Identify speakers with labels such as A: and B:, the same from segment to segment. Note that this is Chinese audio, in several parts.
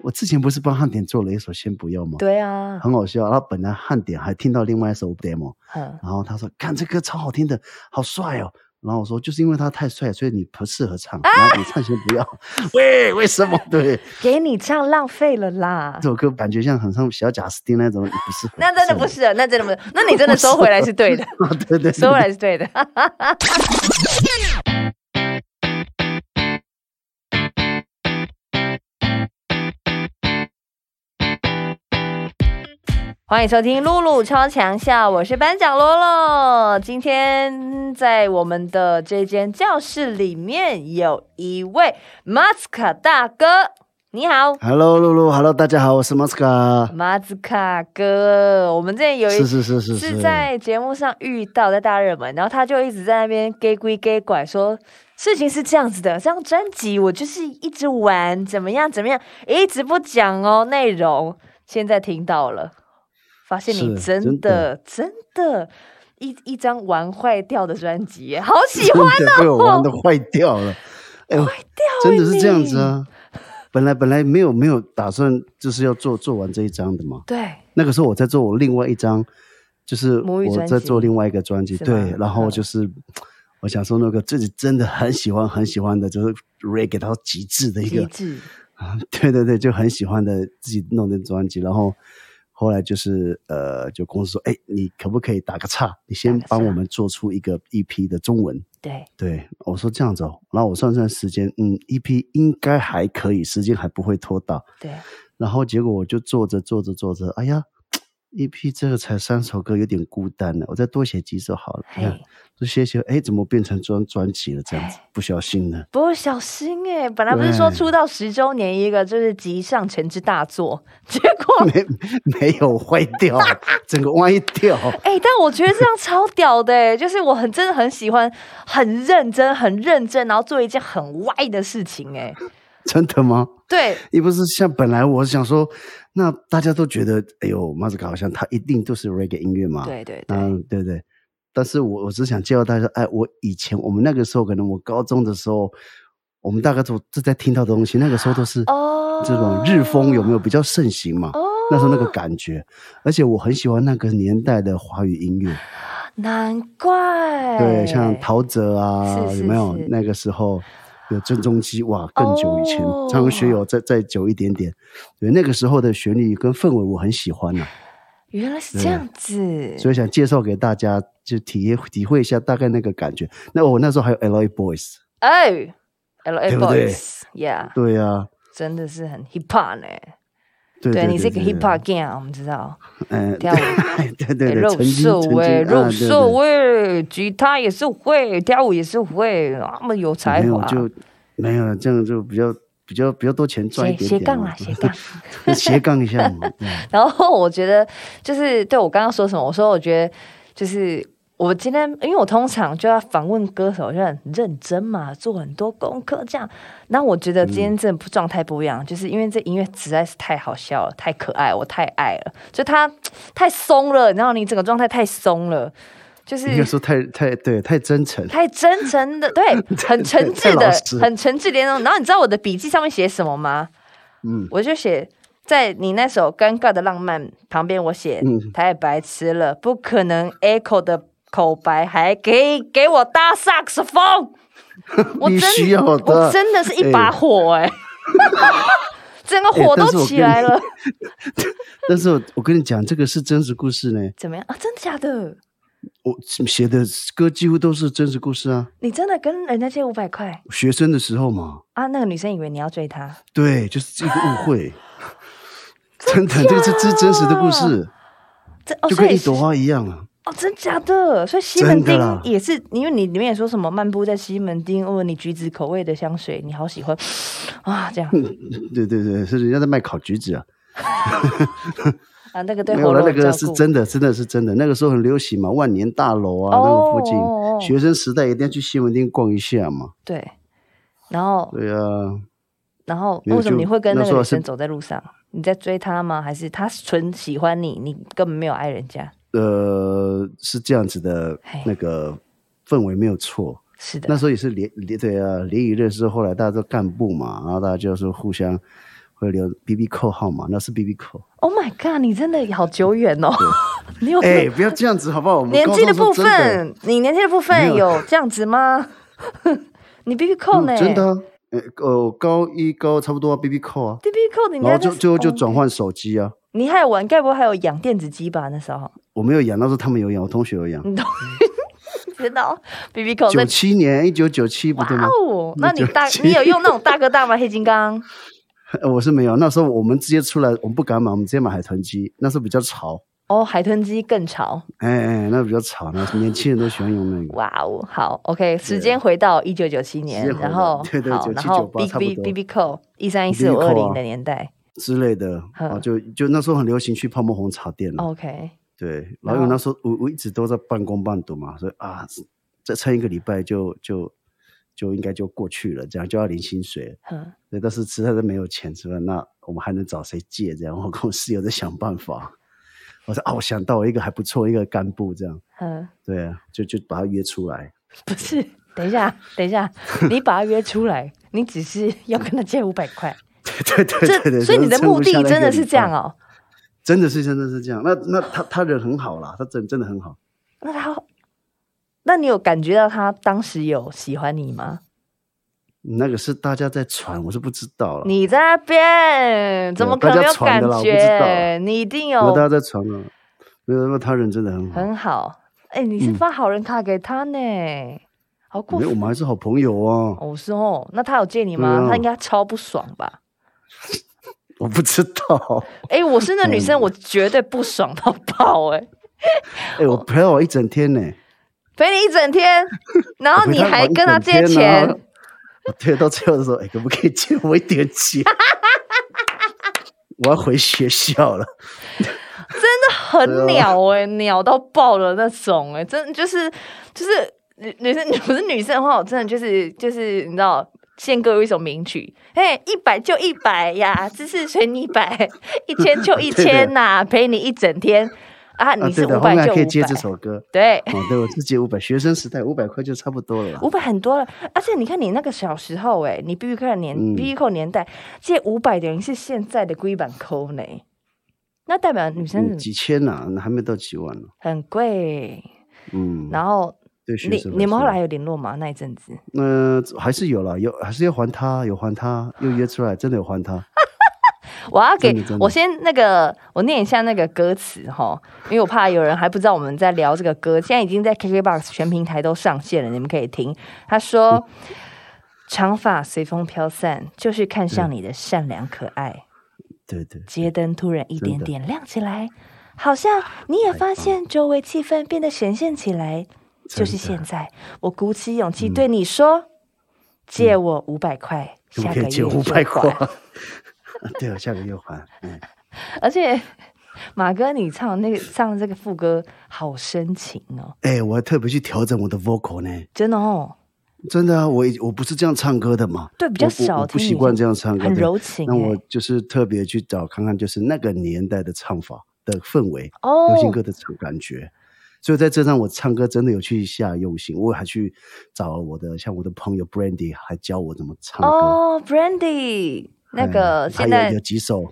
A: 我之前不是帮汉典做了一首《先不要》吗？，
B: 对啊，
A: 很好笑。然后本来汉典还听到另外一首 demo，
B: 嗯，
A: 然后他说：“看这歌超好听的，好帅哦。”然后我说：“就是因为他太帅，所以你不适合唱。然后你唱先不要。 喂，为什么？对，
B: 给你唱浪费了啦
A: 这。首歌感觉像很像小贾斯汀那种，你不适合。
B: 那真的不是啊，那真的不是，那你真的收回来是对的，
A: 啊， 对对对，
B: 收回来是对的。 欢迎收听《露露超强笑》，我是班长罗罗。今天在我们的这间教室里面，有一位 Mask 大哥，你好。
A: Hello，露露，Hello，大家好，我是马斯 卡。
B: 马子卡哥，我们之前有一
A: 是是是是
B: 是在节目上遇到，在大热门，然后他就一直在那边 gay 归 gay 拐说。事情是这样子的，这张专辑我就是一直玩，怎么样怎么样，一直不讲哦内容。现在听到了，发现你
A: 是
B: 真
A: 真
B: 的
A: 的
B: 真的，一一张玩坏掉的专辑耶，好喜欢
A: 真的被我玩的坏掉了，哎呦，真的是这样子
B: 欸
A: 啊！本来本来没有没有打算就是要做做完这一张的嘛，
B: 对，
A: 那个时候我在做我另外一张，就是
B: 母语
A: 我
B: 专辑
A: 在做另外一个专辑，
B: 是吗
A: 对，然后
B: 嗯
A: 就是我想说那个自己真的很喜欢很喜欢的，就是 reggae 到极致的一
B: 极
A: 个，
B: 致，
A: 对对对，就很喜欢的自己弄的专辑，然后后来就是呃，就公司说，哎，你可不可以打个岔，你先
B: 打个岔
A: 帮我们做出一个 EP 的中文。
B: 对，
A: 对，我说这样子哦，然后我算算时间，嗯，EP 应该还可以，时间还不会拖到。
B: 对，
A: 然后结果我就做着做着做着，哎呀，EP 这个才三首歌，有点孤单了，我再多写几首好了。哎呀
B: 嘿，
A: 就写写，哎，怎么变成专专辑了？这样子
B: 哎，
A: 不小心呢。
B: 不小心哎、本来不是说
A: 对
B: 出道十周年一个就是集上乘之大作， 结果
A: 没没有坏掉，整个歪掉。
B: 哎、但我觉得这样超屌的、欸， 就是我很真的很喜欢，很认真、很认真，然后做一件很歪的事情、欸，哎，
A: 真的吗？
B: 对，
A: 也不是像本来我想说，那大家都觉得，哎呦，马子卡好像他一定都是 reggae 音乐嘛。
B: 对对对，
A: 嗯，对对。但是我我只想介绍大家，哎，我以前我们那个时候，可能我高中的时候，我们大概都都在听到的东西，那个时候都是
B: 哦
A: 这种日风有没有比较盛行嘛？
B: 哦，
A: 那时候那个感觉，而且我很喜欢那个年代的华语音乐，
B: 难怪，
A: 对，像陶喆啊，
B: 是是
A: 有没有
B: 是？
A: 那个时候有郑中基，哇，更久以前，
B: 哦
A: 张学友再再久一点点，对，那个时候的旋律跟氛围我很喜欢呐、
B: 原来是这样子，
A: 所以想介绍给大家，就体会体会一下大概那个感觉。那我那时候还有 L A Boys，
B: 哎，L A
A: 对不对
B: Boys，Yeah，
A: 对呀、啊，
B: 真的是很 hip hop 呢、
A: 对
B: 对
A: 对，
B: 你是个
A: 对
B: hip hop gang，我们知道，
A: 嗯，
B: 跳舞。
A: 对对对，
B: 肉
A: 曾经
B: 色
A: 曾经
B: 哎，肉
A: 啊对
B: 色
A: 对
B: 哎，吉他也是会，跳舞也是会，那么有才
A: 没有
B: 华，
A: 就没有这样就比较比较比较多钱赚一
B: 斜
A: 点
B: 斜
A: 点
B: 杠
A: 嘛
B: 啦，斜杠。
A: 斜杠一下 嘛，对
B: 然后我觉得就是对我刚刚说什么，我说我觉得就是我今天，因为我通常就要访问歌手，就很认真嘛，做很多功课这样。那我觉得今
A: 嗯
B: 天这状态不一样，就是因为这音乐实在是太好笑了，太可爱，我太爱了，就它太松了，然后你整个状态太松了，就是
A: 应该说太太对太真诚，
B: 太真 诚的，对，很诚挚
A: 太老
B: 的，
A: 实
B: 很诚挚的那种。然后你知道我的笔记上面写什么吗？嗯
A: 嗯，
B: 我就写在你那首《尴尬的浪漫》旁边，我写、
A: 嗯
B: 太白痴了，不可能 echo 的口白还给给我搭萨克 斯风，我
A: 必
B: 真
A: 须要的
B: 我真的是一把火哎、 整个火
A: 哎但
B: 都
A: 是我
B: 起来了，
A: 但是我我跟你讲，这个是真实故事呢，
B: 怎么样啊？真的假的？
A: 我写的歌几乎都是真实故事啊，
B: 你真的跟人家借五百块
A: 学生的时候嘛，
B: 啊？那个女生以为你要追她，
A: 对，就是一个误 会。 真的，这个是这是真实的故事，
B: 这哦，
A: 就
B: 所
A: 跟
B: 以
A: 一朵花一样啊。
B: 哦，真假的？所以西门
A: 真的
B: 町
A: 啦
B: 也是，因为你里面也说什么漫步在西门町，哦，你橘子口味的香水，你好喜欢 啊，这样
A: 嗯对对对，是人家在卖烤橘子啊，
B: 啊，那个对
A: 没
B: 喉
A: 有
B: 咙
A: 了，那
B: 有照
A: 个
B: 顾
A: 是真的，真的是真的。那个时候很流行嘛，万年大楼啊，
B: 哦
A: 那
B: 哦
A: 个附近，学生时代一定要去西门町逛一下嘛。
B: 对。然后，
A: 对啊，
B: 然后
A: 没有
B: 为什么
A: 就
B: 你会跟
A: 那
B: 那个
A: 时候
B: 女生
A: 是
B: 走在路上？你在追她吗？还是她纯喜欢你？你根本没有爱人家？
A: 呃，是这样子的
B: 哎，
A: 那个氛围没有错。
B: 是的，
A: 那时候也是联联对啊，联谊认识后来大家都干部嘛，然后大家就是互相会留 B B 扣号码，那是 B B 扣。
B: Oh my god！你真的好久远哦， 你有、
A: 哎、不要这样子好不好？我们
B: 年纪
A: 高中
B: 部
A: 时候真的嗯
B: 分，你年纪的部分
A: 没
B: 有这样子吗？ 你 B B 扣
A: 嗯
B: 呢？
A: 真的啊、呃呃，高一高差不多 B B 扣啊，
B: B B 扣，你应
A: 然
B: 该
A: 后
B: 在
A: 就最后就
B: 哦
A: 转换手机啊。
B: 你还有玩，该不会还有养电子鸡吧？那时候
A: 我没有养，那时候他们有养，我同学有养。
B: 你懂？ 知道 B B 扣
A: 九
B: 嗯在
A: 七年，一九九七不
B: 哇
A: 对吗？
B: 哦，那你
A: 1997
B: 大你有用那种大哥大吗？黑金刚？哦
A: 呃 我是没有，那时候我们直接出来，我们不敢买，我们直接买海豚机，那时候比较潮。
B: 哦，海豚鸡更潮，
A: 哎哎，那比较潮，那年轻人都喜欢用那个。
B: 哇哦，好，OK，时间回到一九九七年
A: 时间，回到
B: 然后
A: 对对
B: 好，
A: 97
B: 然后
A: 98
B: B
A: 差
B: B
A: 不多
B: B B 扣一三一四五
A: BB
B: 二
A: 扣
B: 零
A: 啊
B: 的年代
A: 之类的，
B: 嗯
A: 啊，就就那时候很流行去泡沫红茶店啊了，
B: ，OK，
A: 对。然
B: 然后
A: 后因为那时候我我一直都在半工半读嘛，所以啊，再撑一个礼拜就就就应该就过去了，这样就要领薪水了。
B: 嗯，
A: 对，但是实在是没有钱之外，那我们还能找谁借？这样，我跟我室友在想办法。我说啊，我想到一个还不错，一个干部这样，
B: 嗯，
A: 对啊，就就把他约出来。
B: 不是，等一下，等一下，你把他约出来，你只是要跟他借五百块，
A: 对对对对
B: 这
A: 对，
B: 所以你的目的真的是这样
A: 啊？
B: 哦？
A: 真的是真的是这样。那那他他人很好啦，他真真的很好。
B: 那他，那你有感觉到他当时有喜欢你吗？
A: 那个是大家在传，我是不知道了。
B: 你在那边怎么可能
A: 哦大
B: 有
A: 家传
B: 感
A: 的啦我不知道
B: 觉？你一定
A: 没有
B: 有
A: 大家在传了，没有，那他人真的很好。
B: 很好。哎、你是
A: 嗯
B: 发好人卡给他呢，好过
A: 没有，我
B: 分
A: 们还是好朋友啊。
B: 哦！是哦，那他有借你吗？
A: 对啊
B: 他应该超不爽吧？
A: 我不知道，
B: 哎、我是那女
A: 嗯
B: 生，我绝对不爽到爆哎、
A: 哎，
B: 哦
A: 我陪我一整天呢。
B: 陪你一整天，然后哦你还跟他借
A: 我陪他玩一整
B: 钱
A: 天啊，对，到最后的时候，哎、可不可以借我一点钱？ 我要回学校 了。啊
B: 很鸟哎、鸟到爆了那种哎、真的就是就是女女生， 我是女生的话，我真的就是就是你知道。献歌有一首名曲，嘿，一百就一百呀，只是随你摆，一千 就一千呐、陪你一整天啊，
A: 啊，
B: 你是
A: 对的，
B: 五
A: 后
B: 百
A: 面还
B: 就
A: 可以
B: 五
A: 接这
B: 百，
A: 首歌。
B: 对，
A: 哦，对，我自己五 百，学生时代五百块就差不多了啦。
B: 五百很多了，而且你看你那个小时候、哎，你 B B 扣的年、
A: 嗯
B: B B 扣年代借五百等于是现在的龟板扣呢，那代表女生
A: 嗯，几千呐、啊，还没到几万呢、
B: 很贵，
A: 嗯，
B: 然后
A: 对学
B: 你
A: 生
B: 你们后
A: 说
B: 来有联络吗？那一阵子，
A: 嗯、还是有啦，有还是要还他，有还他，又约出来，真的有还 他。
B: 我要给
A: 真的真的
B: 我先那个，我念一下那个歌词哈，因为我怕有人还不知道我们在聊这个歌，现在已经在 KKBOX 全平台都上线了，你们可以听。他说：“
A: 嗯
B: 长发随风飘散，就是看上你的善良可爱。
A: 对对，
B: 街灯突然一
A: 真的哎嗯
B: 点点亮起来，好像你也发现周围气氛变得神圣起来。
A: 真的嗯
B: 就是现在，我鼓起勇气对你说：借我五百块，
A: 可不可
B: 下个
A: 以
B: 月
A: 借
B: 就
A: 五百块？
B: 还。 哦
A: 啊对，我下个月还。嗯，
B: 而且马哥，你唱那个唱这个副歌好深情哦，
A: 哎、我还特别去调整我的 vocal 呢。
B: 真的哦，
A: 真的啊，我以我不是这样唱歌的嘛，
B: 对比较
A: 我我
B: 少
A: 我不
B: 听
A: 习
B: 你
A: 惯
B: 这
A: 这样唱歌，
B: 很
A: 对
B: 柔情
A: 那
B: 欸
A: 我就是特别去找看看，就是那个年代的唱法的氛围，
B: 哦
A: 流行歌的唱感觉。所以在这上，我唱歌真的有去下用心，我还去找我的像我的朋友 Brandy 还教我怎么唱歌。
B: 哦，Brandy 那个
A: 嗯
B: 现
A: 还
B: 在
A: 有有几首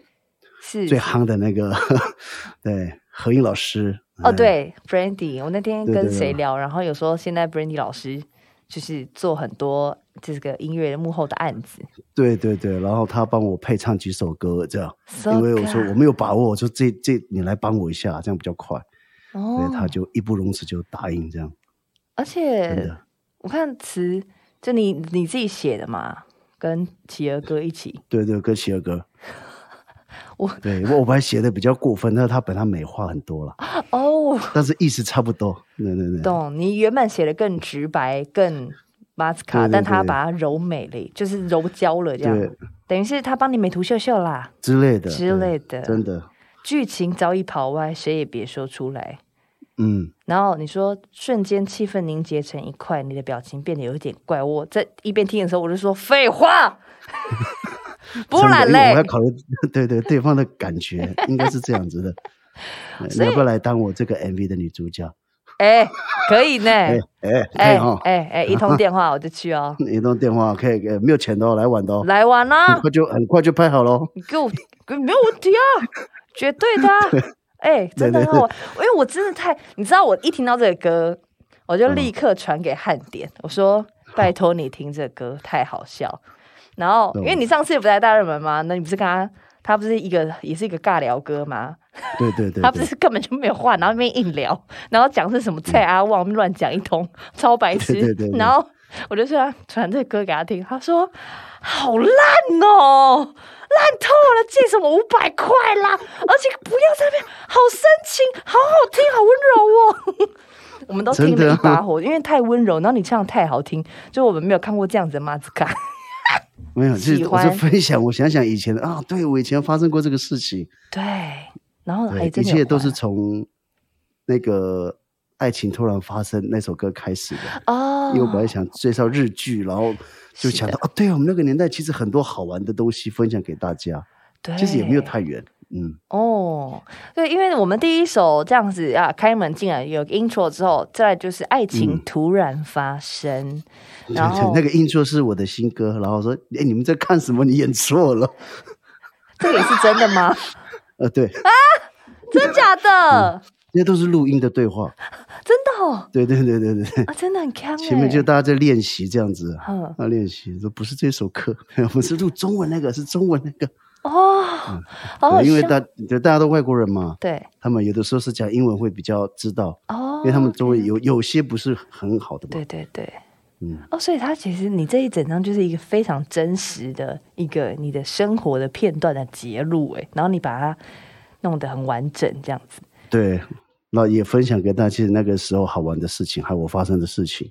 B: 是
A: 最夯的那个， 对何英老师。
B: 哦，
A: 嗯，
B: 对，Brandy，我那天
A: 对对
B: 跟
A: 对
B: 谁聊，然后有说现在 Brandy 老师就是做很多这个音乐幕后的案子，
A: 对对对，然后他帮我配唱几首歌，这样，
B: So
A: 因为我说
B: good
A: 我没有把握，我说这这你来帮我一下，这样比较快。所
B: 哦
A: 以，他就义不容辞就答应这样，
B: 而
A: 真
B: 且
A: 的。
B: 我看词就你你自己写的嘛，跟企鹅哥一起，
A: 对对，跟企鹅哥，
B: 我
A: 对我本来写的比较过分，但是他本来美化很多了，
B: 哦，
A: 但是意思差不多。对对对，
B: 懂，你原本写的更直白、更马斯卡，
A: 对对
B: 但他
A: 对
B: 把它柔美了，就是柔焦了，这样
A: 对
B: 等于是他帮你美图秀秀啦。
A: 之类的
B: 之类
A: 对
B: 的
A: 真的，
B: 剧情早已跑歪，谁也别说出来。
A: 嗯，
B: 然后你说瞬间气氛凝结成一块，你的表情变得有一点怪。我在一边听的时候，我就说废 话，
A: 真的因为
B: 不然
A: 我
B: 嘞
A: 们要，考虑 对对对方 哎的感觉，应该是这样子的。对你要不要来当我这个 MV 的女主角？
B: 哎、可以呢，
A: 哎哎哎
B: 哎
A: 哈，
B: 哎哎，一通电话我就去哦，
A: 移动电话可以，呃没有钱的哦，来晚的哦，
B: 来玩啊啦、
A: 很快就很快就拍好喽。
B: 你给我给我没有问题 啊，绝对的、啊，哎、真的
A: 对对
B: 很好玩，因为我真的太，你知道我一听到这个歌，我就立刻传给汉典，
A: 嗯
B: 我说拜托你听这歌太好笑，然后因
A: 懂
B: 为你上次也不在大热门嘛，那你不是跟他他不是一个也是一个尬聊歌吗？
A: 对对对
B: 他不
A: 对，
B: 是根本就没有话，然后那边硬聊，然后讲是什么啊蔡阿旺乱讲一通，超白
A: 嗯
B: 痴。
A: 对对对对
B: 然后我就说啊传这歌给他听，他说好烂哦，烂透了，借什么五百块啦，而且不要在那边，好深情，好好听，好温柔哦。 我们都听
A: 真的
B: 了一
A: 啊
B: 把火，因为太温柔，然后你唱得太好听，就我们没有看过这样子的马子卡。
A: 没有，
B: 喜
A: 是我
B: 欢
A: 是分享，我想想以前的啊，对我以前发生过这个事情，
B: 对，然后哎，
A: 对，
B: 真
A: 一
B: 的
A: 切
B: 有
A: 都是
B: 还
A: 从那个爱情突然发生那首歌开始的。
B: 哦，
A: 因为我本来想介绍日剧，然后就想到啊，对啊，我们那个年代其实很多好玩的东西分享给大家，
B: 对，
A: 其实也没有太远，嗯，
B: 哦，对，因为我们第一首这样子啊，开门进来有个 intro 之后，再来就是爱情
A: 嗯
B: 突然发生，
A: 对
B: 然
A: 对
B: 后，
A: 那个映作是我的新歌，然后说，哎，你们在看什么？你演错了，
B: 这个也是真的吗？
A: 呃，对，
B: 真假的？
A: 这些都是录音的对话，
B: 真的哦，
A: 对对对对对对，
B: 啊，真的很坑、欸。
A: 前面就大家在练习这样子，
B: 嗯
A: 啊，练习说不是这首歌， 我们是录中文那个，是中文那个，
B: 哦，啊好好
A: 嗯对因为
B: 笑
A: 大对大家都外国人嘛，
B: 对
A: 他们有的时候是讲英文会比较知道，
B: 哦，
A: 因为他们中文有有些不是很好的嘛，
B: 对对对，
A: 嗯
B: 哦，所以它其实你这一整张就是一个非常真实的一个你的生活的片段的截录，哎，然后你把它弄得很完整，这样子。
A: 对，那也分享给大家，其实那个时候好玩的事情，还有我发生的事情。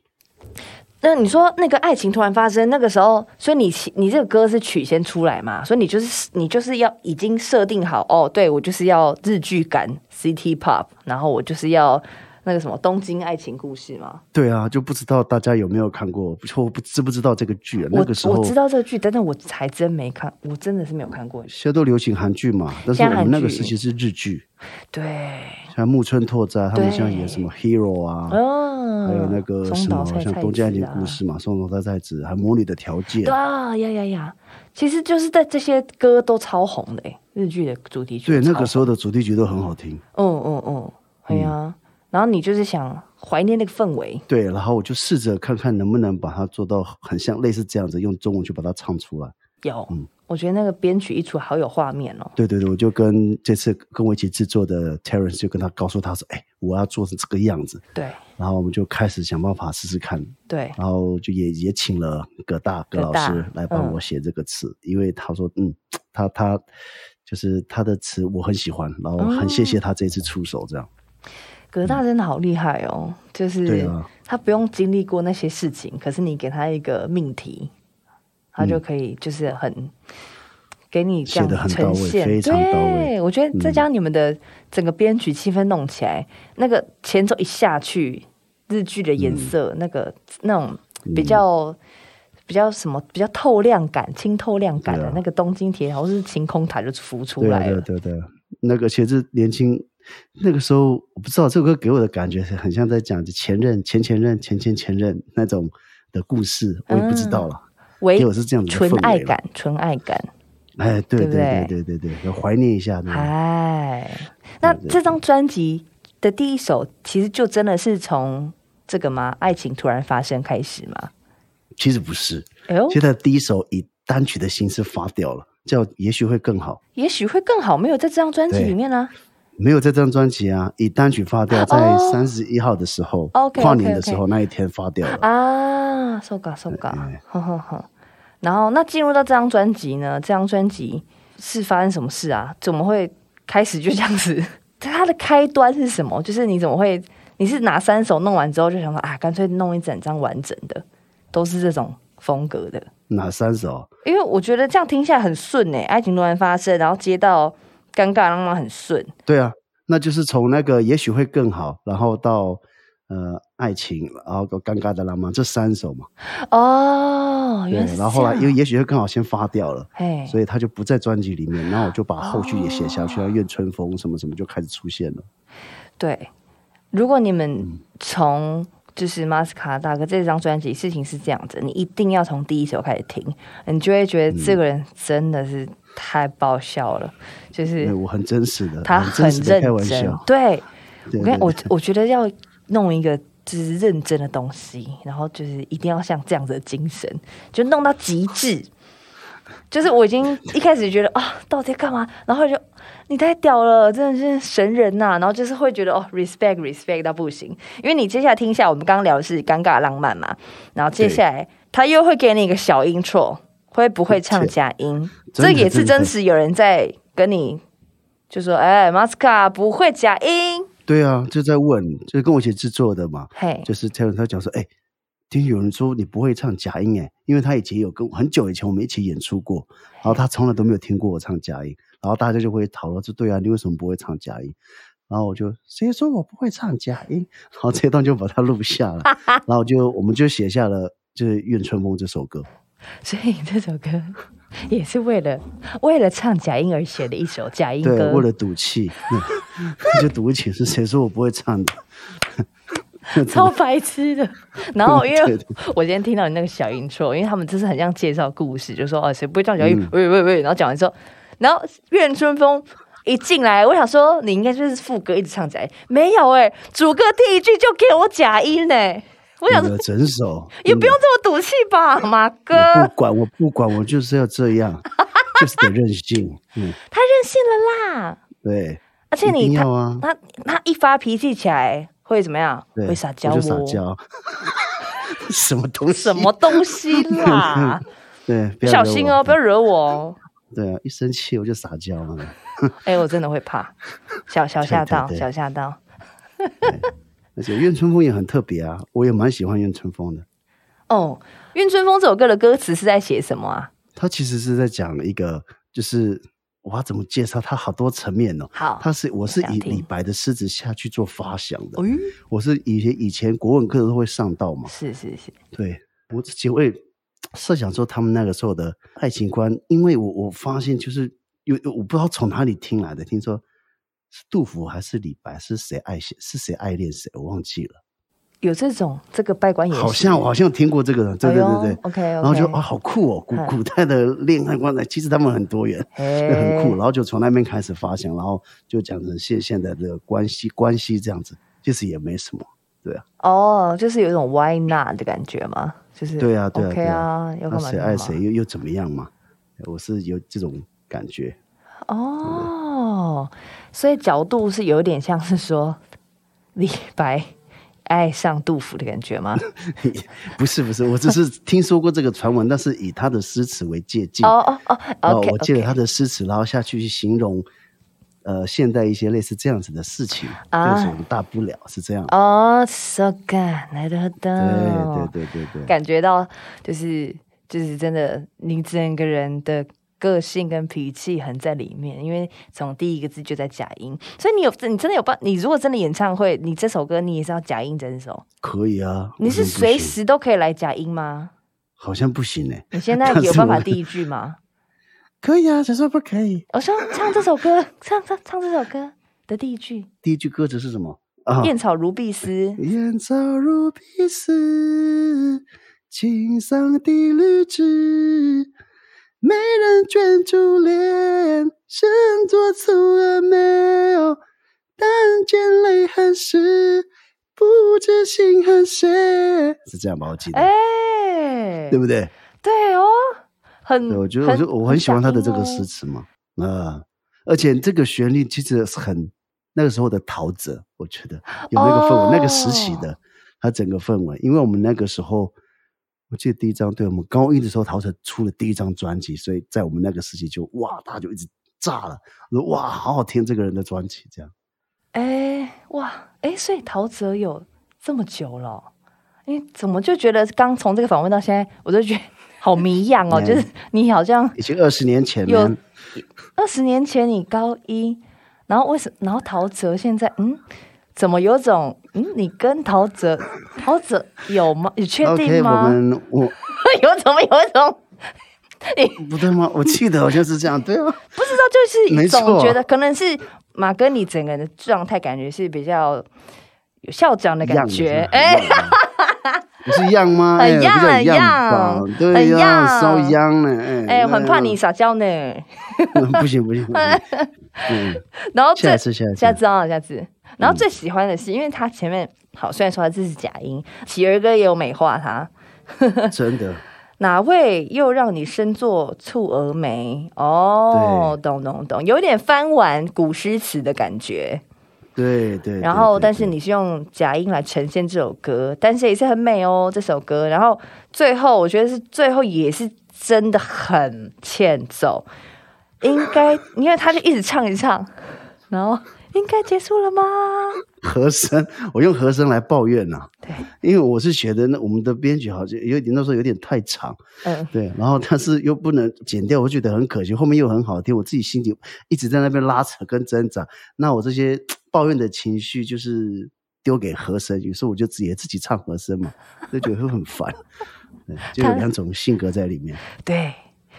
B: 那你说那个爱情突然发生，那个时候，所以你起你这个歌是曲先出来嘛？所以你就是你就是要已经设定好哦，对我就是要日剧感 City Pop，然后我就是要那个什么东京爱情故事嘛。
A: 对啊，就不知道大家有没有看过，不我不知不知道这个剧啊？那个时
B: 我
A: 候
B: 我知道这个剧，但是我还真没看，我真的是没有看过。
A: 现在都流行韩剧嘛，但是
B: 现
A: 我
B: 在
A: 们那个
B: 韩剧
A: 时期是日剧，
B: 对，
A: 像木村拓哉他们像演什么 Hero 啊，
B: 嗯，
A: 还有那个
B: 松
A: 什
B: 岛
A: 么
B: 菜
A: 像
B: 菜
A: 东京爱情
B: 子啊
A: 故事嘛，松岛菜菜子，还有魔女的条件
B: 对，啊，呀呀呀，其实就是在这些歌都超红的、欸，日剧的主题曲
A: 对，那
B: 超
A: 个时候的主题曲都很好听。
B: 嗯嗯嗯，哎呀、然后你就是想怀念那个氛围，
A: 对，然后我就试着看看能不能把它做到很像类似这样子，用中文去把它唱出来。
B: 有，我觉得那个编曲一出好有画面哦。
A: 对对对，我就跟这次跟我一起制作的 Terence 就跟他告诉他说，哎，我要做成这个样子，
B: 对
A: 然后我们就开始想办法试试看，
B: 对，
A: 然后就也也请了葛大葛
B: 葛
A: 老
B: 大嗯
A: 师来帮我写这个词，因为他说，嗯，他他就是他的词我很喜欢，然后很谢
B: 哦
A: 谢他这次出手这样。
B: 葛大真的好厉害哦，就
A: 嗯对
B: 是
A: 啊
B: 他不用经历过那些事情，可是你给他一个命题，他就可以就是很。给你这
A: 写得
B: 样
A: 很到
B: 呈
A: 位
B: 现，
A: 非常到位
B: 对，我觉得再加上你们的整个编曲气氛弄起来，那个前奏一下去，日剧的颜色，
A: 嗯
B: 那个那种比较、比较什么比较透亮感、清透亮感的、
A: 对啊
B: 那个东京铁塔或是晴空塔就浮出
A: 对啊
B: 来
A: 对
B: 了
A: 啊，对啊对啊，那个其实年轻那个时候，我不知道这首歌给我的感觉是很像在讲前任、前前任、前前前任那种的故事，我也不知
B: 嗯
A: 道了。
B: 为
A: 给我是这样子的
B: 纯
A: 氛围
B: 爱
A: 了
B: 感，纯爱感，
A: 哎，对
B: 对不
A: 对对对对对，怀念一下那个。
B: 哎，那这张专辑的第一首其实就真的是从这个吗？爱情突然发生开始吗？
A: 其实不是，
B: 哎呦
A: 其，实他的第一首以单曲的形式发掉了，叫《也许会更好》，
B: 也许会更好，没有在这张专辑里面呢、
A: 没有这张专辑啊，以单曲发掉，在
B: 哦
A: 三十一号的时候，
B: OK，OK，OK
A: 跨年的时候那一天发掉了。
B: 啊。啊，搜嘎搜嘎
A: 哎，
B: 哼哼哼。然后，那进入到这张专辑呢？这张专辑是发生什么事啊？怎么会开始就这样子？ 它的开端是什么？就是你怎么会？你是哪三首弄完之后就想说啊，干脆弄一整张完整的，都是这种风格的？
A: 哪三首？
B: 因为我觉得这样听下来很顺哎、爱情突然发生，然后接到尴尬浪浪很顺，
A: 对啊，那就是从那个也许会更好，然后到呃爱情，然后尴尬的浪漫这三首嘛。
B: 哦，
A: 对
B: 原来，是
A: 然后后来
B: 这
A: 因
B: 样
A: 为也许会更好先发掉了。
B: 嘿，
A: 所以他就不在专辑里面，
B: 哦
A: 然后我就把后续也写下去，像《愿春风》什么什么就开始出现了。
B: 对。如果你
A: 嗯
B: 们从就是马斯卡大哥这张专辑，事情是这样子，你一定要从第一首开始听，你就会
A: 嗯
B: 觉得这个人真的是太爆笑了，就是
A: 对我很真实的，
B: 他
A: 很
B: 很
A: 真实的
B: 认
A: 开玩
B: 真
A: 笑。。
B: 对，
A: 对
B: 我跟
A: 对
B: 你我我觉得要弄一个就是认真的东西，然后就是一定要像这样子的精神，就弄到极致。就是我已经一开始觉得啊、到底在干嘛？然后就你太屌了，真的是神人呐、然后就是会觉得哦，respect respect 到不行。因为你接下来听一下，我们刚刚聊的是尴尬浪漫嘛，然后接下来他又会给你一个小音错，会不会唱假音？
A: 真的
B: 这也是
A: 真的
B: 真实有人在跟你就说，哎、马斯卡不会假音，
A: 对啊，就在问，就是跟我一起制作的嘛，
B: 嘿，
A: 就是 Taylor 他讲说，哎、听有人说你不会唱假音哎，因为他以前有跟很久以前我们一起演出过，然后他从来都没有听过我唱假音，然后大家就会讨论说，对啊，你为什么不会唱假音？然后我就谁说我不会唱假音？ 然后这段就把它录下了，然后就我们就写下了就是《愿春风》这首歌。
B: 所以这首 歌也是为了为了唱假音而写的一首假音
A: 对，
B: 歌。
A: 为了赌气， 那就赌气是谁说我不会唱的？
B: 超白 痴的。然后因
A: 对
B: 为
A: 对
B: 我今天听到你那个小 intro，因为他们就是很像介绍故事，就说哦谁不会唱小音，
A: 嗯
B: 喂喂喂，然后讲完之后，然后愿春风。一进来，我想说你应该就是副歌一直唱假音，没有哎、主歌第一句就给我假音哎、我想
A: 你
B: 说
A: 的整首
B: 也
A: 真
B: 不
A: 的
B: 用这么赌气吧，
A: 嗯
B: 马哥，
A: 我不管，我不管，我就是要这样， 就是得任性。嗯，
B: 他任性了啦。
A: 对，
B: 而且
A: 一
B: 你
A: 定
B: 他
A: 要啊
B: 他他一发脾气起来会怎么样？
A: 对，
B: 会撒娇
A: 我
B: 哦，
A: 就撒 娇，什么东西？
B: 什么？东西啦？
A: 对， 不要
B: 小
A: 惹
B: 心
A: 我
B: 哦，不要。惹我哦。
A: 对啊，一生气我就撒娇嘛。
B: 哎、我真的会怕，小小吓到，
A: 对对对
B: 小吓到。
A: 而且愿春风也很特别啊，我也蛮喜欢愿春风的。
B: 哦，《愿春风》这首歌的歌词是在写什么啊？
A: 他其实是在讲一个，就是我要怎么介绍他，好多层面哦。
B: 好，
A: 他是我是
B: 想
A: 以
B: 听
A: 李白的诗词下去做发想的
B: 哦，嗯，
A: 我是以前以前国文课都会上到嘛，
B: 是是是，
A: 对我自己会设想说他们那个时候的爱情观，因为我我发现就是有有我不知道从哪里听来的，听说是杜甫还是李白，是谁爱谁是谁爱恋谁，我忘记了，
B: 有这种这个拜官也是哎
A: 好像我好像听过这个，对对对对。
B: ，OK，
A: 然后就啊，好酷哦！古
B: 嗯
A: 古代的恋爱观呢，其实他们很多元，
B: 嘿
A: 就很
B: 哎
A: 酷。然后就从那边开始发想，然后就讲成现现在的关系关系这样子，其实也没什么。
B: 哦，就是有一种 Why not 的感觉嘛，就是
A: 对啊，对啊，
B: ，OK
A: 对
B: 啊，要
A: 那
B: 干嘛
A: 谁
B: 就
A: 爱
B: 干嘛
A: 谁又又怎么样嘛？我是有这种感觉，
B: 哦，所以角度是有点像是说李白爱上杜甫的感 觉吗？
A: 不是不是，我只是听说过这个传闻，但是以他的诗词为借鉴，
B: 哦哦哦
A: 然后
B: ，OK，
A: 我借了他的诗词，然后下去去形容，呃，现代一些类似这样子的事情，
B: 啊
A: 有什么大不了是这样？
B: 哦，so good，来得到，
A: 对对对对对，
B: 感觉到就是就是真的，你整个人的个性跟脾气很在里面，因为从第一个字就在假音，所以你有你真的有办，你如果真的演唱会，你这首歌你也是要假音整首，
A: 可以啊。
B: 你是
A: 为什么不
B: 随
A: 行
B: 时都可以来假音吗？
A: 好像不行呢、
B: 你现在
A: 但是
B: 有办法
A: 我
B: 第一句吗？
A: 可以啊，谁说不可以？
B: 我说唱这首歌，唱唱唱这首歌的第一句，
A: 第一句歌词是什么啊？
B: 燕草如碧丝，
A: 燕草如碧丝，青桑的绿枝。美人卷珠帘，身着蹙蛾眉哦，但见泪痕湿，不知心痕谁。是这样吧？我记得，
B: 哎、
A: 啊对不对？
B: 对哦，很，
A: 对，我觉得，我就我很喜欢他的这个诗
B: 词。
A: 词嘛，啊、而且这个旋律其实是很那个时候的陶喆，我觉得有那个氛围，那个时期
B: 哦
A: 的他整个氛围，因为我们那个时候，我记得第一张，对我们高一的时候，陶喆出了第一张专辑，所以在我们那个时期就哇，大家就一直炸了，说哇，好好听这个人的专辑，这样
B: 哎，哇，哎，所以陶喆有这么久了哦、你怎么就觉得刚从这个访问到现在，我都觉得好迷样 哦？
A: 嗯
B: 就是你好像
A: 已经二十年前
B: 有
A: 了，
B: 二十年前你高一，然后为什然后陶喆现在嗯，怎么有种嗯，你跟陶喆，陶喆有吗？你确
A: OK，
B: 定
A: 我
B: 吗？
A: 们我
B: 有怎么有一种
A: 不对吗？我记得好像是这样，对啊，
B: 不知道，就是
A: 没
B: 总
A: 错
B: 觉得可能是马哥你整个人的状态感觉是比较有校长的感觉，哎
A: 哎，， 不是一样吗？
B: 很
A: 哎
B: 样
A: 不是
B: 很
A: 样
B: 样
A: 吧，
B: 很
A: 对呀，
B: 样
A: 稍样呢，哎，
B: 哎，我很怕
A: 那
B: 你撒娇呢。
A: 不行不行，不行 嗯，
B: 然后最
A: 下次下次
B: 下次啊，下次。然
A: 嗯
B: 后最喜欢的是，因为他前面好，虽然说他这是假音，喜儿哥也有美化他。
A: 真的，
B: 哪位又让你深作蹙蛾眉？哦，懂懂懂，有点翻玩古诗词的感觉。
A: 对对。
B: 然
A: 对
B: 后，
A: 对
B: 但是
A: 对
B: 你是用假音来呈现这首歌，但是也是很美哦，这首歌。然后最后，我觉得是最后也是真的很欠揍，应该因为他就一直唱一直唱，然后应该结束了吗？
A: 和声，我用和声来抱怨呐、
B: 对，
A: 因为我是觉得那我们的编曲好像有点那时候有点太长，
B: 嗯，
A: 对，然后但是又不能剪掉，我觉得很可惜。后面又很好听，我自己心里一直在那边拉扯跟挣扎。那我这些抱怨的情绪就是丢给和声，有时候我就自己自己唱和声嘛，就觉得会很烦。对就有两种性格在里面。
B: 对，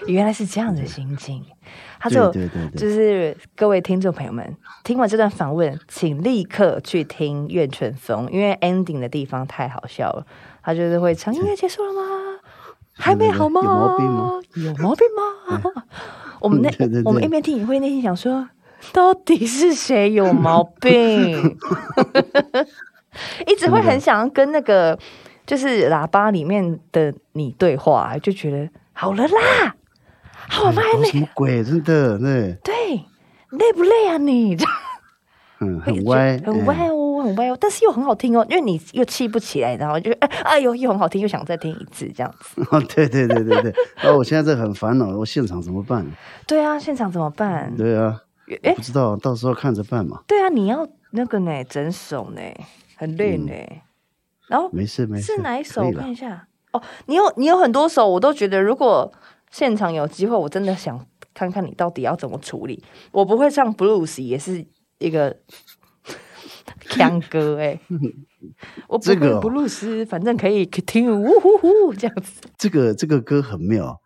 B: 原来是这样的心境。他
A: 对
B: 就
A: 对对对
B: 就是各位听众朋友们，听完这段访问，请立刻去听《愿春风》，因为 ending 的地方太好笑了。他就是会唱，音乐结束 了吗？还没好吗？
A: 有毛病吗？
B: 有毛病吗？ 我们那
A: 对对对
B: 我们一边听也会内心想说，到底是谁有毛 病？一直会很想要跟那个就是喇叭里面的你对话，就觉得好了啦，好了
A: 哎搞什
B: 你
A: 么鬼？真的，对，
B: 对累不累啊你？
A: 嗯，很歪，
B: 很歪
A: 哎
B: 哦，很歪哦，但是又很好听哦，因为你又气不起来，然后就 哎哎呦又很好听，又想再听一次这样 子。
A: 哦，对对对对对。然后我现在这很烦恼，我现场怎么办？
B: 对啊，现场怎么办？
A: 对啊，
B: 哎
A: 不，知道，到时候看着办嘛。
B: 对啊，你要那个呢，整首呢，很累
A: 嗯
B: 呢。然后
A: 没事没事，
B: 是哪一首？
A: 可
B: 我
A: 以了
B: 看一下。哦，你有你有很多首，我都觉得如果现场有机会，我真的想看看你到底要怎么处理。我不会唱 blues，也是一个 腔歌哎、我不
A: 这
B: 会
A: 个哦
B: blues，、反正可以听呜呼呼这样子，
A: 这个这个歌很妙，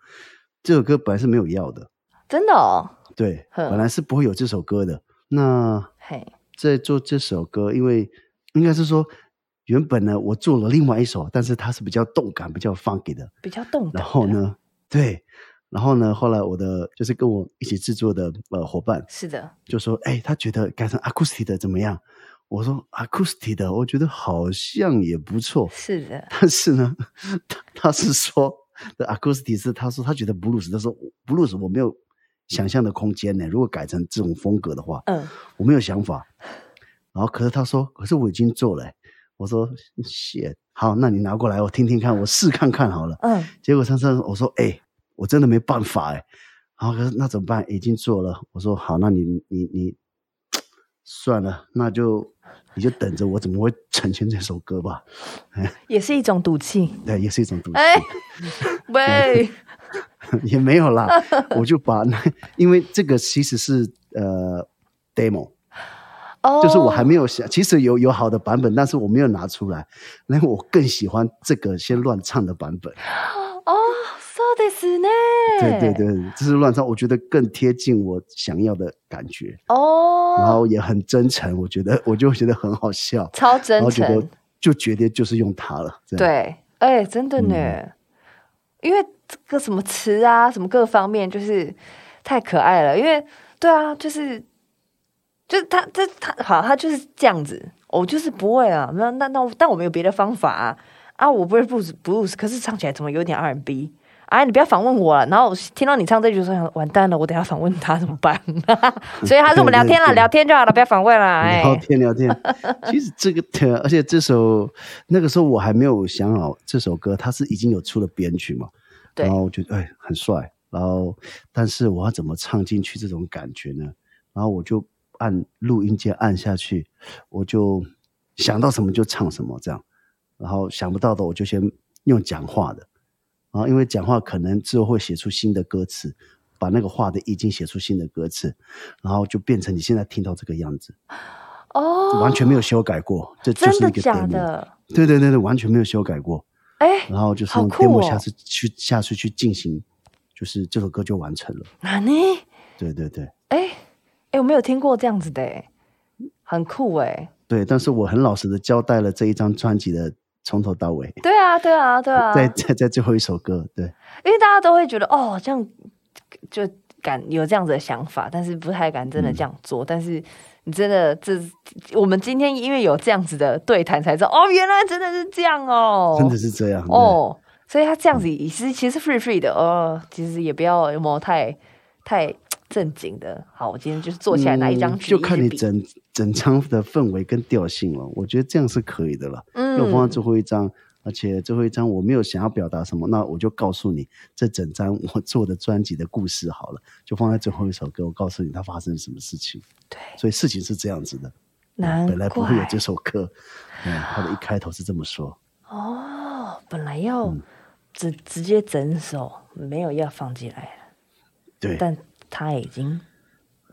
A: 这首歌本来是没有要的，
B: 真的哦，
A: 对，
B: 呵
A: 本来是不会有这首歌的。那
B: 嘿，
A: 在做这首歌，因为应该是说，原本呢我做了另外一首，但是它是比较动感、比较 funky 的。
B: 比较动感的。
A: 然后呢，对，然后呢，后来我的就是跟我一起制作的呃伙伴
B: 是的，
A: 就说，哎，他觉得改成 acoustic 的怎么样？我说 acoustic 的，我觉得好像也不错。
B: 是的，
A: 但是呢，他他是说的 acoustic 是他说他觉得 blues，他说 blues 我没有想象的空间呢。如果改成这种风格的话，
B: 嗯，
A: 我没有想法。然后可是他说，可是我已经做了欸。我说谢，好，那你拿过来我听听看，我试看看好了。
B: 嗯，
A: 结果珊珊我说，哎、我真的没办法哎、然后可是那怎么办？已经做了。我说好，那你你你算了，那就你就等着我怎么会呈现这首歌吧。
B: 也是一种赌气。
A: 对，也是一种赌气。
B: 哎、喂，
A: 也没有 啦，我就把那，因为这个其实是呃 demo，
B: 哦，
A: 就是我还没有想，其实有有好的版本，但是我没有拿出来，那我更喜欢这个先乱唱的版本。
B: 哦，so ですね。
A: 对对对，这是乱唱，我觉得更贴近我想要的感觉，然
B: 哦，
A: 后也很真诚，我觉得我就觉得很好笑，
B: 超
A: 然
B: 真
A: 后觉得
B: 诚，
A: 就决定就是用它了。这样，
B: 对，哎、真的呢，因为这个什么词啊，什么各方面，就是太可爱了。因为对啊，就是就是他这他好，他就是这样子，我就是不会啊。那那那，但我们有别的方法啊，啊我不会 blues blues，可是唱起来怎么有点 R&B？哎，你不要访问我了。然后我听到你唱这句的时候，想完蛋了，我等一下访问他怎么办？ 所以还是我们聊天啦，
A: 对对对
B: 聊天就好了，不要访问啦。哎、
A: 聊天聊 天。其实这个，呃而且这首那个时候我还没有想好这首歌，它是已经有出了编曲嘛，
B: 对
A: 然后我觉得哎很帅，然后但是我要怎么唱进去这种感觉呢？然后我就按录音键按下去，我就想到什么就唱什么这样，然后想不到的我就先用讲话的，然后因为讲话可能之后会写出新的歌词。把那个话的意境写出新的歌词，然后就变成你现在听到这个样子。
B: 哦，
A: 完全没有修改过，这就
B: 真
A: 是
B: 的
A: 一个
B: 假
A: demo。
B: 的？
A: 对对对对，完全没有修改过。
B: 哎、
A: 然后就是
B: 好
A: 用
B: 酷
A: demo
B: 哦
A: 下次去、下次去进行，就是这首歌就完成了。
B: 哪里？
A: 对对对，
B: 哎、哎、我没有听过这样子的、欸，很酷哎、
A: 对，但是我很老实的交代了这一张专辑的从头到尾，
B: 对啊，对啊，对啊，
A: 在在在最后一首歌，对，
B: 因为大家都会觉得哦，这样就敢有这样子的想法，但是不太敢真的这样
A: 嗯
B: 做。但是你真的这，我们今天因为有这样子的对谈，才知道哦，原来真的是这样哦，
A: 真的是这样，
B: 哦。所以他这样子也是其实 free free 的哦，其实也不要有没有太太正经的。好，我今天就是坐下来拿一张
A: 嗯
B: 纸，
A: 就看
B: 一
A: 你
B: 支笔
A: 整整张的氛围跟调性了。我觉得这样是可以的了。因为我放到
B: 嗯，
A: 最后一张，而且最后一张我没有想要表达什么，那我就告诉你这整张我做的专辑的故事好了，就放在最后一首歌，我告诉你它发生了什么事情。
B: 对，
A: 所以事情是这样子的，
B: 难
A: 本来不会有
B: 怪
A: 这首歌，嗯，它的一开头是这么说，
B: 哦，本来要
A: 嗯
B: 直直接整首，没有要放进来了，
A: 对，
B: 但他已经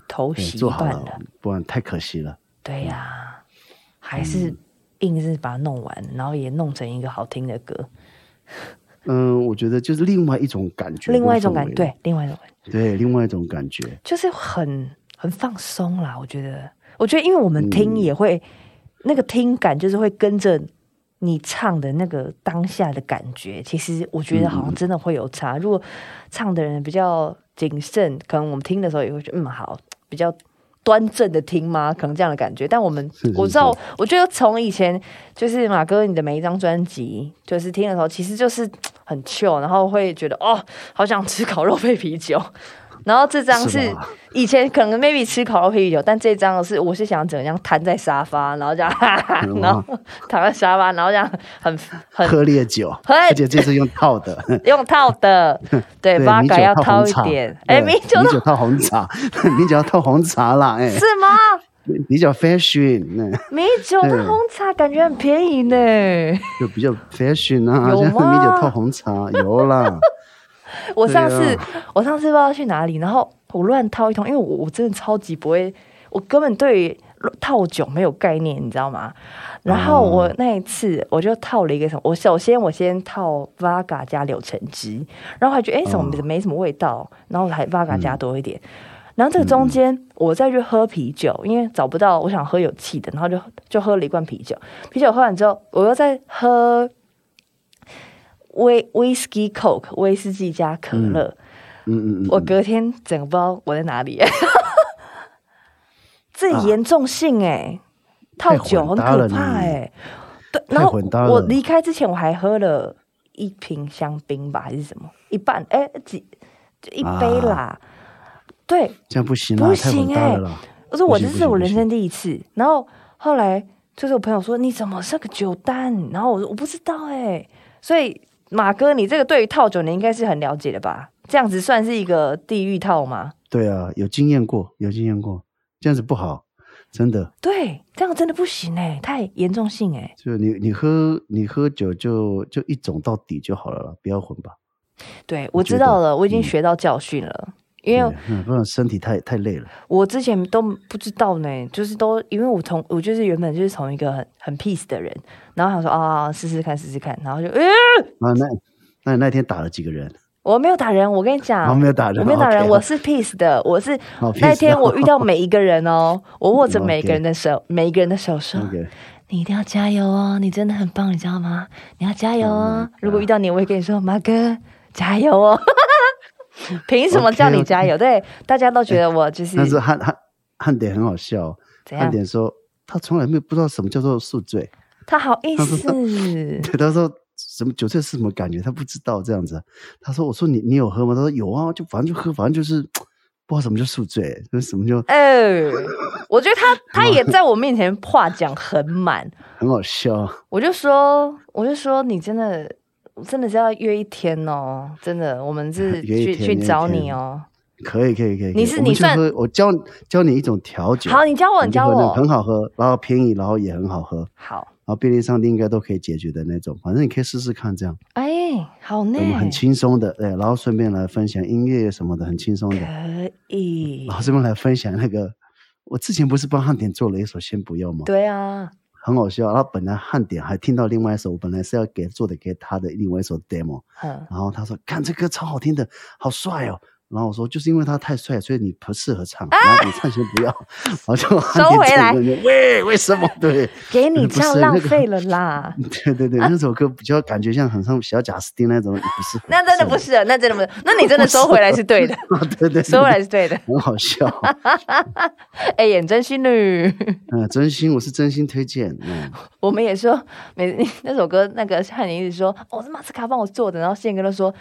B: 头
A: 对
B: 洗一
A: 做好
B: 半
A: 了嗯
B: 了。，
A: 不然太可惜了。
B: 对呀、还是硬是把它弄完，然后也弄成一个好听的歌，
A: 嗯，我觉得就是另外一种感觉，
B: 另外一种感
A: 觉，
B: 觉，对，另外一种感觉
A: 对，另外一种感觉，
B: 就是很很放松啦。我觉得，我觉得因为我们听也会、
A: 嗯
B: 那个听感，就是会跟着你唱的那个当下的感觉。其实我觉得好像真的会有差。
A: 嗯
B: 如果唱的人比较谨慎，可能我们听的时候也会觉得嗯好，比较端正的听吗？可能这样的感觉。但我们
A: 是是
B: 我知道，我觉得从以前就是马哥你的每一张专辑，就是听的时候，其实就是很 chill，然后会觉得哦，好想吃烤肉配啤酒。然后这张
A: 是
B: 是
A: 吧
B: 以前可能 maybe 吃烤肉配啤酒，但这张是我是想怎样瘫在沙发，然后这样， 哈哈
A: 嗯
B: 然后躺在沙发，然后这样很 很
A: 喝烈酒，
B: 喝
A: 而且这是用套的。
B: 用套的，对，
A: 对，
B: 八
A: 米
B: 嘎
A: 酒
B: 要
A: 泡
B: 掏
A: 红
B: 一
A: 茶
B: 点，哎，
A: 对
B: 米酒
A: 米
B: 套
A: 酒套红茶， 米酒要套红茶啦，哎、
B: 是吗？
A: 比较 fashion，哎，
B: 米酒套
A: 对
B: 红茶感觉很便宜呢。
A: 就比较 fashion 啊，
B: 有
A: 像
B: 吗
A: 米酒套红茶有啦，
B: 我上次、
A: 对啊
B: 我上次不知道去哪里，然后我乱套一通，因为我我真的超级不会，我根本对于套酒没有概念，你知道吗？然后
A: 哦
B: 我那一次我就套了一个什么，我首先我先套 Vaga 加柳橙汁，然后还觉得哎、怎么
A: 哦
B: 没什么味道，然后还 Vaga 加多一点。然后这个中间，
A: 嗯
B: 我再去喝啤酒，因为找不到我想喝有气的，然后就就喝了一罐啤酒。啤酒喝完之后，我又再喝威威士忌 Coke 威士忌加可乐，
A: 嗯嗯嗯，
B: 我隔天整个不知道我在哪里、 这严重性哎、套
A: 太混
B: 酒很
A: 搭
B: 可
A: 了
B: 怕
A: 你
B: 哎、对，
A: 啊太
B: 然后
A: 混搭了
B: 我离开之前我还喝了一瓶香槟吧，还是什么一半哎、几就一杯
A: 啊
B: 啦，对，
A: 这样不行啦，
B: 不
A: 太混
B: 行
A: 搭
B: 哎
A: 了啦，
B: 我说我
A: 不
B: 这
A: 行不
B: 是
A: 行
B: 我
A: 不
B: 人
A: 行
B: 生第一次。然后后来就是我朋友说你怎么是个酒单？然后我说我不知道哎、所以马哥，你这个对于套酒你应该是很了解的吧？这样子算是一个地狱套吗？
A: 对啊，有经验过，有经验过，这样子不好，真的，
B: 对，这样真的不行哎、太严重性哎、
A: 就你你喝你喝酒就就一种到底就好了啦，不要混吧，
B: 对，
A: 我
B: 我
A: 觉
B: 知道
A: 得
B: 了，我已经
A: 嗯
B: 学到教训了。因为
A: 对，嗯不然身体太太累了，
B: 我之前都不知道呢，就是都因为我从我就是原本就是从一个很很 peace 的人，然后想说啊试试看试试看，然后就诶、
A: 啊那。那你那天打了几个人？
B: 我没有打人，我跟你
A: 我、
B: 讲，
A: 没有打人，
B: 我没有打人，
A: OK，
B: 我是 peace 的，我是
A: 好
B: 那
A: peace
B: 天
A: 的
B: 我遇到每一个人哦，我握着
A: 嗯
B: 每一个人的手，每一个人的手说
A: OK，
B: 你一定要加油哦，你真的很棒，你知道吗？你要加油哦
A: 嗯！
B: 如果遇到你，我会跟你说，马哥加油 哦！凭什么
A: OK，
B: 叫你
A: OK
B: 加油？对，大家都觉得我就是
A: 哎但是汉汉汉典很好笑、哦，
B: 怎
A: 汉
B: 样？
A: 典说他从来没有不知道什么叫做宿醉，
B: 他好意
A: 他说
B: 思
A: 对，他说什么酒醉是什么感觉，他不知道这样子。他说我说你你有喝吗？他说有啊，就反正就喝，反正就是不知道什么叫宿醉，就是什么就
B: 哦，我觉得他他也在我面前话讲很满，
A: 很好笑。
B: 我就说，我就说，你真的，真的是要约一天哦，真的，我们 是
A: 约一
B: 去
A: 天
B: 去
A: 约一
B: 找
A: 天
B: 你哦。
A: 可以可以可以，可以
B: 你是
A: 我们
B: 你
A: 去
B: 算
A: 喝我教教你一种调酒，
B: 好，你教我，
A: 们
B: 你
A: 就
B: 教
A: 喝那种很
B: 我，
A: 好喝，然后便宜，然后也很好喝，然
B: 好，
A: 后便利商店应该都可以解决的那种，反正你可以试试看这样，
B: 哎，好呢
A: 我，们很轻松的，对，然后顺便来分享音乐什么的，很轻松的。哦
B: 可以
A: 然，后这边来分享那个，我之前不是帮汉典做了一首《先不要》吗？，
B: 对啊，
A: 很好笑。然后本来汉典还听到另外一首，我本来是要给做的给他的另外一首 demo，
B: 嗯，
A: 然后他说：“看这歌超好听的，好帅哦。”然后我说，就是因为他太帅，所以你不适合唱，然后你唱先不 要，然后就
B: 啊收回来
A: 喂，为什么？对，
B: 给你这
A: 不
B: 样
A: 是
B: 浪
A: 那个
B: 费了 啦。
A: 对对
B: 啊
A: 对，那首歌比较感觉像很像小贾斯汀那种，不是？
B: 那真的不是，那真的不是，那你真的收回来是对的，
A: 啊， 对对对，
B: 收回来是对的。
A: 很好 笑。
B: 哎，眼真心女，
A: 嗯，真心，我是真心推荐。嗯，
B: 我们也说，每那首歌那个汉宁一直说，哦，是马斯卡帮我做的，然后宪哥都说。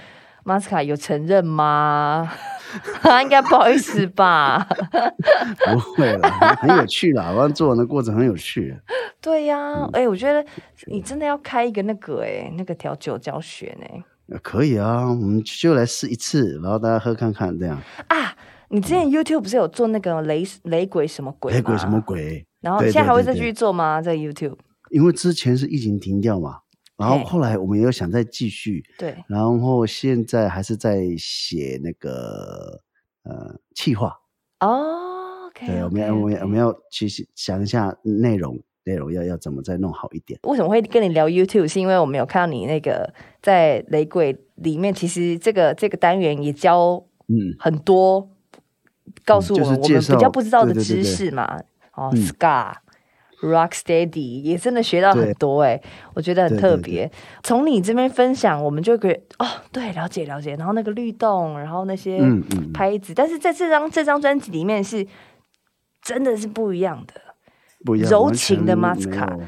B: 马斯卡有承认吗？ 他应该不好意思吧？
A: 不会了，很有趣啦。我做完的过程很有趣。
B: 对呀、哎、我觉得你真的要开一个那个哎、那个调酒教学呢、
A: 呃可以啊，我们就来试一次，然后大家喝看看，这样。
B: 啊！你之前 YouTube 不是有做那个雷雷鬼什么鬼吗？
A: 哎，鬼什么？鬼？
B: 然后
A: 对
B: 现在
A: 对
B: 还会
A: 对
B: 再
A: 对
B: 继续做吗？在 YouTube？
A: 因为之前是疫情停掉嘛，然后
B: 嘿
A: 后来我们又想再继续，
B: 对，
A: 然后现在还是在写那个呃企划。
B: 哦，OK，
A: 对，我们要我们要我们要去想一下内容，内容要要怎么再弄好一点。
B: 为什么会跟你聊 YouTube？是因为我们有看到你那个在雷鬼里面，其实这个这个单元也教
A: 嗯，
B: 很多，告诉我
A: 嗯
B: 们、
A: 就是介
B: 我
A: 绍
B: 们比较不知道的
A: 对对对
B: 知
A: 对
B: 识嘛。哦、
A: 嗯
B: s c a Rocksteady 也真的学到很多哎、我觉得很
A: 对
B: 特
A: 对
B: 别。从你这边分享，我们就觉得哦，对，了解了解。然后那个律动，然后那些
A: 嗯嗯嗯
B: 拍子，但是在这张这张专辑里面是真的是不一样的。
A: 不一样。
B: 柔
A: 完
B: 情
A: 全
B: 的
A: 没
B: Masca
A: 有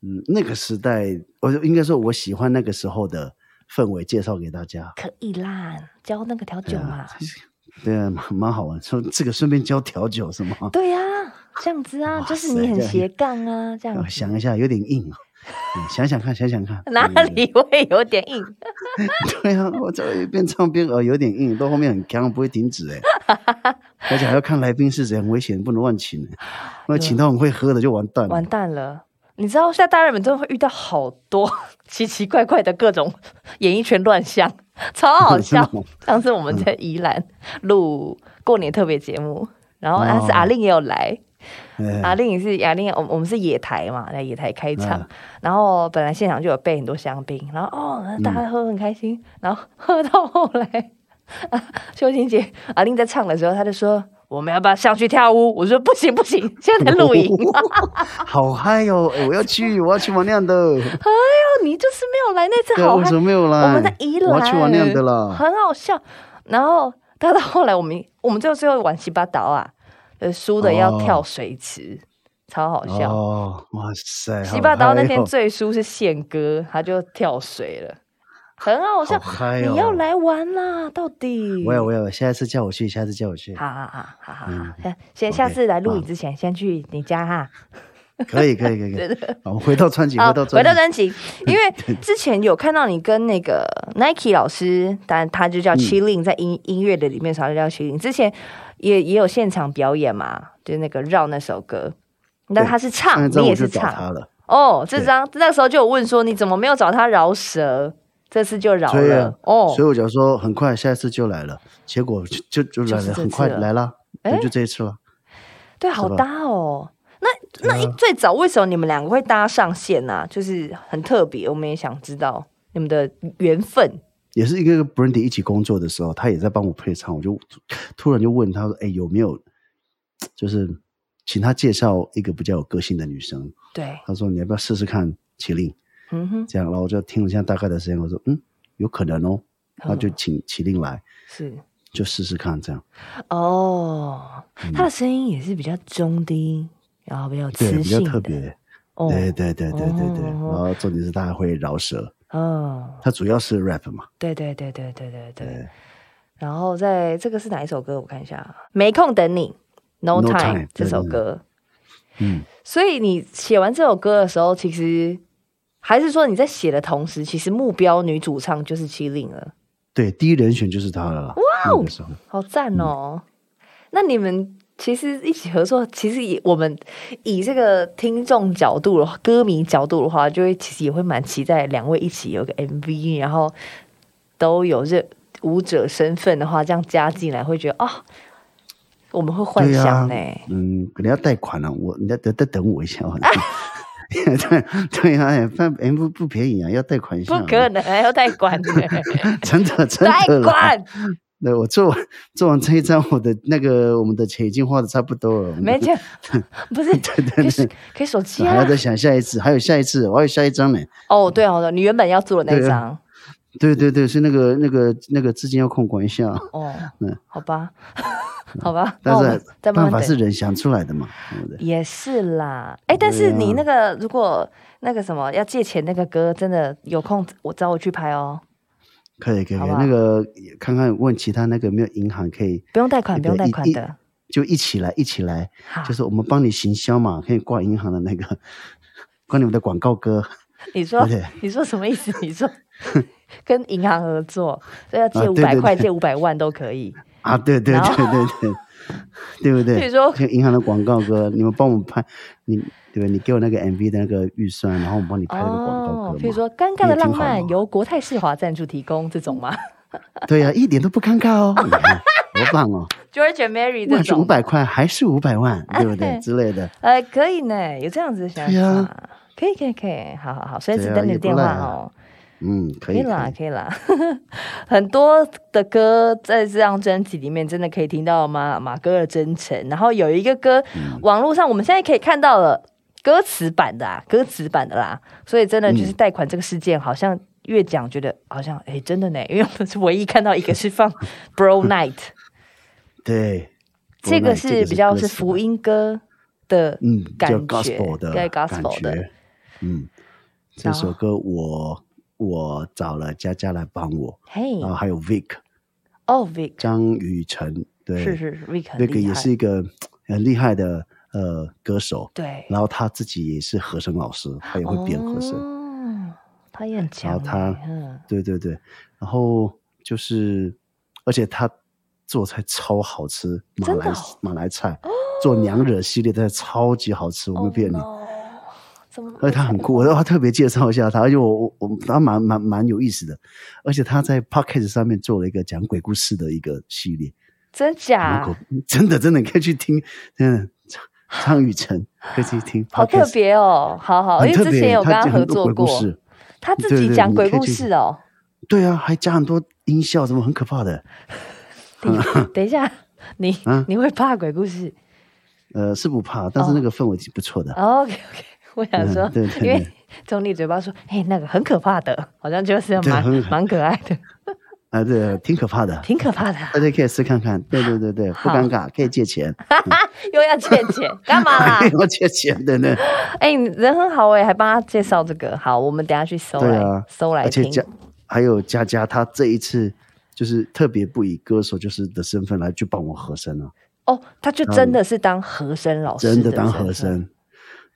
A: 嗯，那个时代，我就应该说，我喜欢那个时候的氛围，介绍给大家。
B: 可以啦，教那个调酒嘛。
A: 对啊，蛮蛮好玩。说这个顺便教调酒是吗？
B: 对呀、这样子啊，
A: 哇
B: 就是
A: 塞
B: 你很
A: 这样
B: 斜杠啊，这样
A: 我
B: 子。
A: 想一下，有点硬啊。嗯想想看，想想看，
B: 哪
A: 对？
B: 里会有点硬？
A: 对对啊，我这一边唱边呃有点硬，到后面很干，不会停止 哎。而且还要看来宾是谁，很危险，不能乱请哎。因为请到很会喝的就完蛋了。
B: 完蛋了！你知道，现在大热门真的会遇到好多 奇奇怪怪的各种 演艺圈乱象， 超好 笑
A: 真的吗。
B: 上次我
A: 嗯
B: 们在宜兰录过年特别节目，然后但是
A: 哦
B: 阿令也有来，
A: 哎
B: 阿令也是阿啊令，我们我们是野台嘛，在野台开场，
A: 嗯
B: 然后本来现场就有备很多香槟，然后哦，大
A: 嗯
B: 家喝很开心，然后喝到后来， 啊、秀琴姐阿令在唱的时候，她就说我们要不要上去跳舞？我说不行不行，现在在 录影，哦，
A: 好嗨哦！哎我要去，我要去玩那样的。
B: 你就是没有来那次
A: 对啊，
B: 好嗨
A: 为什么没有来？
B: 我们在宜兰，
A: 我要去玩那样的啦。
B: 很好笑。然后他到后来，我们我们最后最后玩西巴岛啊，呃，输的要
A: 哦
B: 跳水池，超好笑。
A: 哦，哇塞！
B: 西巴岛那天
A: 好嗨
B: 最输是宪哥，他就跳水了，很好笑。
A: 哦好嗨哦！
B: 你要？来玩啦，到底？
A: 我要，我要，下一次叫我去，下次叫我去。
B: 好好好好好好
A: 嗯，
B: 先先
A: OK，
B: 下次来录影
A: 好
B: 之前，先去你家哈。
A: 可以，可以，可以，可以。好，我们回到专辑，
B: 好，
A: 到
B: 回
A: 专
B: 到
A: 辑。
B: 专辑，因为之前有看到你跟那个 Nike 老师，但他就叫
A: 嗯
B: Chilling，、在音音乐的里面，他就叫 Chilling。之前也也有现场表演嘛，就是那个绕那首歌，那他是唱，
A: 上一张
B: 你也
A: 我就是找
B: 唱
A: 他了。
B: 哦。这
A: 对
B: 张那时候就有问说，你怎么没有找他饶舌？这次就饶
A: 对
B: 了、
A: 啊
B: 哦
A: 所以。我就说，很快下一次就来了。结果就就就来
B: 就是这
A: 了，
B: 次
A: 很快
B: 了
A: 来了，
B: 哎
A: 对就这一次了。
B: 对，好
A: 吧啊
B: 搭哦。那那一最早为什么你们两个会搭上线呢、就是很特别，我们也想知道你们的缘分。
A: 也是一个 Brandy 一起工作的时候，他也在帮我配唱，我就突突然就问他说：“哎、有没有就是请他介绍一个比较有个性的女生
B: 对？”，
A: 他说：“你要不要试试看麒麟
B: 嗯哼？”，
A: 这样，然后我就听了一下大概的时间，我说：“嗯，有可能哦。”然后
B: 嗯
A: 就请麒麟来，
B: 是。
A: 就试试看这样。
B: 哦，
A: 嗯
B: 他的声音也是比较中低，然后比较
A: 对，
B: 磁
A: 比较
B: 性
A: 特
B: 的，
A: 别。
B: 哦，
A: 对对对对对对。然
B: 哦
A: 后重点是他还会饶舌，
B: 嗯，
A: 他主要是 rap 嘛。
B: 对对对对对对对
A: 对。
B: 然后在这个是哪一首歌？我看一下，啊没空等你，No
A: No
B: Time,
A: Time，
B: 这首
A: 对对对
B: 歌。
A: 嗯，
B: 所以你写完这首歌的时候，其实还是说你在写的同时，其实目标女主唱就是七零了，
A: 对，第一人选就是他了啦。
B: 哇哦
A: 那个时候
B: 好赞哦！那你们其实一起合作，其实以我们以这个听众角度的话、歌迷角度的话，就会其实也会蛮期待两位一起有个 MV，然后都有这舞者身份的话，这样加进来会觉得哦，我们会幻
A: 对呀
B: 想呢、
A: 嗯，可能要贷款了、我你再等再等我一下啊。 对对呀、哎，那 M 不啊不便宜啊，要贷款一下、
B: 不可能还要贷款呢、
A: 真的真
B: 贷
A: 的啦
B: 款
A: 那我做完做完这一张，我的那个我们的钱已经花的差不多了，我们
B: 没钱， 不是，可以手可以手机
A: 还要
B: 啊。
A: 再想下一次，还有下一次，我还有下一张呢。
B: 哦，对哦，你原本要做的那
A: 对啊
B: 张，
A: 对对对，所以那个那个那个资金要控管一 下，
B: 哦
A: 嗯，
B: 好吧， 好吧，那
A: 但
B: 哦我
A: 是
B: 们再慢
A: 办
B: 慢
A: 法
B: 等
A: 是。啊人想出来的嘛，对不对？
B: 也是啦，哎，但是你那个如果那个什么要借钱那个歌，真的有空我找我去拍哦，
A: 可以可以，可
B: 好
A: 以
B: 不好
A: 那个看看问其他那个有没有银行可以
B: 不用贷款，
A: 那
B: 不用
A: 个
B: 贷
A: 一
B: 款
A: 一
B: 的。
A: 就一起来一起来，
B: 好，
A: 就是我们帮你行销嘛，可以挂银行的那个， 挂你们的广告歌，
B: 你说
A: 对
B: 你说什么意思？你说跟银行合作，所以要借
A: 啊
B: 五
A: 对
B: 百
A: 对
B: 块，
A: 对
B: 借五百万都可以。
A: 啊，对对
B: 然
A: 对对对，对不 对？
B: 比如说
A: 就银行的广告歌，你们帮我们拍，你对不对？你给我那个 MV 的那个预算，然后我们帮你拍那个广告歌嘛。
B: 哦，比如说《尴尬
A: 也
B: 的
A: 挺
B: 浪
A: 好
B: 漫》
A: 嘛
B: 由国泰世华赞助提供这种吗
A: 对呀、一点都不尴尬 哦，你看多棒哦！
B: ？George and Mary
A: 不
B: 这
A: 管是五
B: 种，
A: 百块还是五百万，对不对
B: 哎
A: 之类的？
B: 呃，可以呢，有这样子的想
A: 对啊
B: 法，可以可以可以，好好好，随时
A: 对啊
B: 等你
A: 也
B: 的
A: 不
B: 电话
A: 赖啊
B: 哦。
A: 嗯，可以。
B: 啦，
A: 可
B: 可以啦， 很多的歌在这张专辑里面真的可以听到马马哥的真诚，然后有一个歌，
A: 嗯
B: 网络上我们现在可以看到了歌词版的、啊，歌词版的啦，所以真的
A: 嗯
B: 就是贷款这个事件，好像越讲觉得好像哎、真的呢， 因为我是唯一看到一个是放 Bro Night，
A: 以对，
B: 这个是比较是福
A: 音，
B: 音歌的
A: 嗯，比
B: 感
A: 较
B: 觉，
A: gospel 的
B: 对
A: 感
B: gospel 的，
A: 觉。嗯，这
B: 然后
A: 首歌我我找了佳佳来帮我，
B: 嘿，
A: 然后还有 Vic
B: 哦 Vic
A: 张雨晨，对，
B: 是是是 Vic 很
A: Vic
B: 厉
A: 也
B: 害，
A: 是一个很厉害的呃歌手，
B: 对，
A: 然后他自己也是和声老师，他也会编和声。
B: 哦、他也很强
A: 然
B: 欸。
A: 后他
B: 嗯，
A: 对对对，然后就是，而且他做菜超好吃，马
B: 真的
A: 来
B: 哦
A: 马来菜，做娘惹系列的菜超级好吃，我没骗你。
B: Oh no，怎么？
A: 而且他很酷，我要特别介绍一下他，而且我我我他蛮蛮蛮有意思的，而且他在 p o c k e t 上面做了一个讲鬼故事的一个系列，
B: 真
A: 如
B: 假？
A: 果 真的真的你可以去听，嗯，张张雨晨可以去听 p
B: 好
A: o c k
B: 特
A: e t
B: 别哦，好好，
A: 很
B: 因为
A: 特别，
B: 之前有跟
A: 他讲
B: 合
A: 很多
B: 作
A: 鬼
B: 过
A: 故，事，
B: 他自
A: 对
B: 己
A: 对
B: 讲
A: 你
B: 鬼
A: 可以
B: 故
A: 去
B: 事 哦。
A: 对啊，还加很多音效，什么很可怕的。
B: 你等一下，你
A: 嗯
B: 你会怕鬼故 事
A: 呃，是不怕，
B: 哦
A: 但是那个氛围挺不错的。
B: ？OK OK，我想
A: 嗯
B: 说
A: 对，对
B: 因为
A: 对
B: 从你嘴巴说，嘿，那个很可怕的，好像就是
A: 对
B: 蛮
A: 很
B: 蛮可爱的，
A: 啊，对，挺可怕的，
B: 挺可怕 的啊。
A: 大家可以试看看。对对对对，不
B: 好
A: 尴尬，可以借钱，
B: 又要借钱，干嘛啦？
A: 要借钱的呢。
B: 哎、你人很好哎、还帮他介绍这个。好，我们等一下去搜
A: 对
B: 来、
A: 啊
B: 搜来
A: 而且
B: 听。
A: 佳还有佳佳，她这一次就是特别不以歌手就是的身份来去帮我和声了，
B: 哦，他就真的是当和声老师
A: 嗯真
B: 的
A: 的当
B: 身
A: 和
B: 份。
A: 声。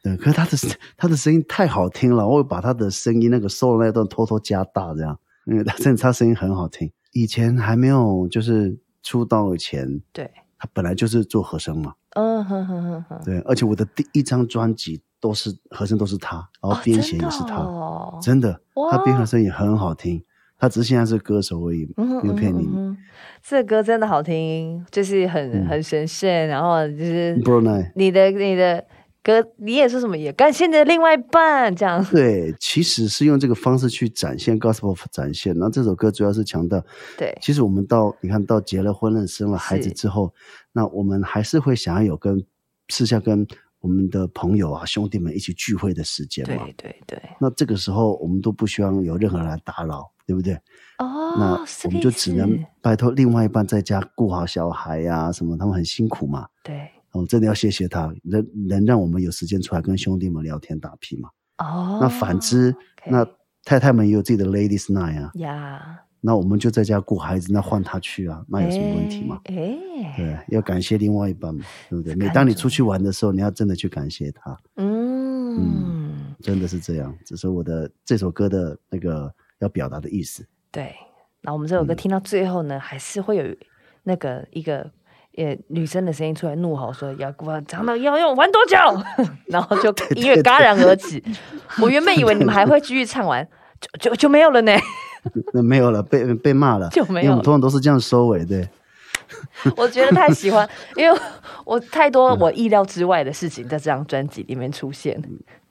A: 对，可是她的她的声音太好听了，我会把她的声音那个 solo 那段偷偷加大，这样，因为她真的她声音很好听。以前还没有就是出道前，
B: 对，
A: 她本来就是做和声嘛。
B: 嗯哼哼哼哼，
A: 对，而且我的第一张专辑都是和声都是他，然后编写也是他，
B: 哦真的哦
A: 真的，
B: 哇
A: 他编和声也很好听。他只是现在是歌手而已，
B: 嗯哼
A: 没有骗你。
B: 嗯哼这歌真的好听，就是很、
A: 嗯
B: 很神圣，然后就是
A: b r o n i
B: 你的你的歌，你也说什么也感谢你的另外一半这样。
A: 对，其实是用这个方式去展现 gospel 展现。然后这首歌主要是强调，
B: 对，
A: 其实我们到你看到结了婚了、生了孩
B: 是
A: 子之后，那我们还是会想要有跟私下跟我们的朋友啊、兄弟们一起聚会的时间嘛
B: 对。对对。
A: 那这个时候我们都不希望有任何人来打扰，对不对？那
B: 哦，是
A: 我
B: 这
A: 们
B: 个
A: 就
B: 意
A: 只
B: 思
A: 能拜托另外一半在家顾好小孩呀、什么他们很辛苦嘛。
B: 对
A: 哦，真的要谢谢他，能能让我们有时间出来跟兄弟们聊天打屁嘛。
B: 哦。
A: 那反之
B: OK
A: 那太太们也有自己的 ladies night 啊，
B: 呀，
A: 那我们就在家顾孩子，那换他去啊，那有什么问题嘛？
B: 哎、哎
A: 对，要感谢另外一半嘛，对不对？
B: 是
A: 每
B: 感
A: 当你
B: 觉
A: 出去玩的时候，你要真的去感谢他，
B: 嗯，
A: 真的是这样。这是我的这首歌的那个要表达的意 思。
B: 对。那我们这
A: 嗯
B: 首歌听到最后呢，还是会有那个一个呃女生的声音出来怒吼说：“要我长到要用玩多久？” 然后就音乐戛然而止。我原本以为你们还会继续唱完，就就就没有了呢。
A: 那没有了，被被骂了，
B: 就没
A: 因为
B: 有
A: 我
B: 了
A: 们通常都是这样收尾，对。
B: 我觉得太喜欢，
A: 嗯
B: 因为我太多我意料之外的事情在这张专辑里面出现。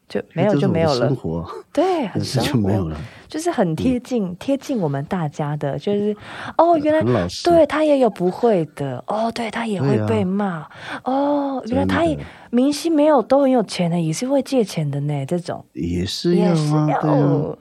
B: 就没有
A: 这是
B: 就
A: 我
B: 没
A: 的
B: 有了
A: 生，活
B: 对，很
A: 这
B: 生
A: 就没
B: 活
A: 有了，
B: 就是很贴近贴近我们大家的，就是哦，原来
A: 嗯很老实
B: 对他也有不会的，哦，对他也会
A: 对啊
B: 被骂，哦，原来
A: 真
B: 他也
A: 的
B: 明星没有都很有钱的，也是会借钱的呢，这种
A: 也是要
B: 也是
A: 啊，对啊，
B: 要。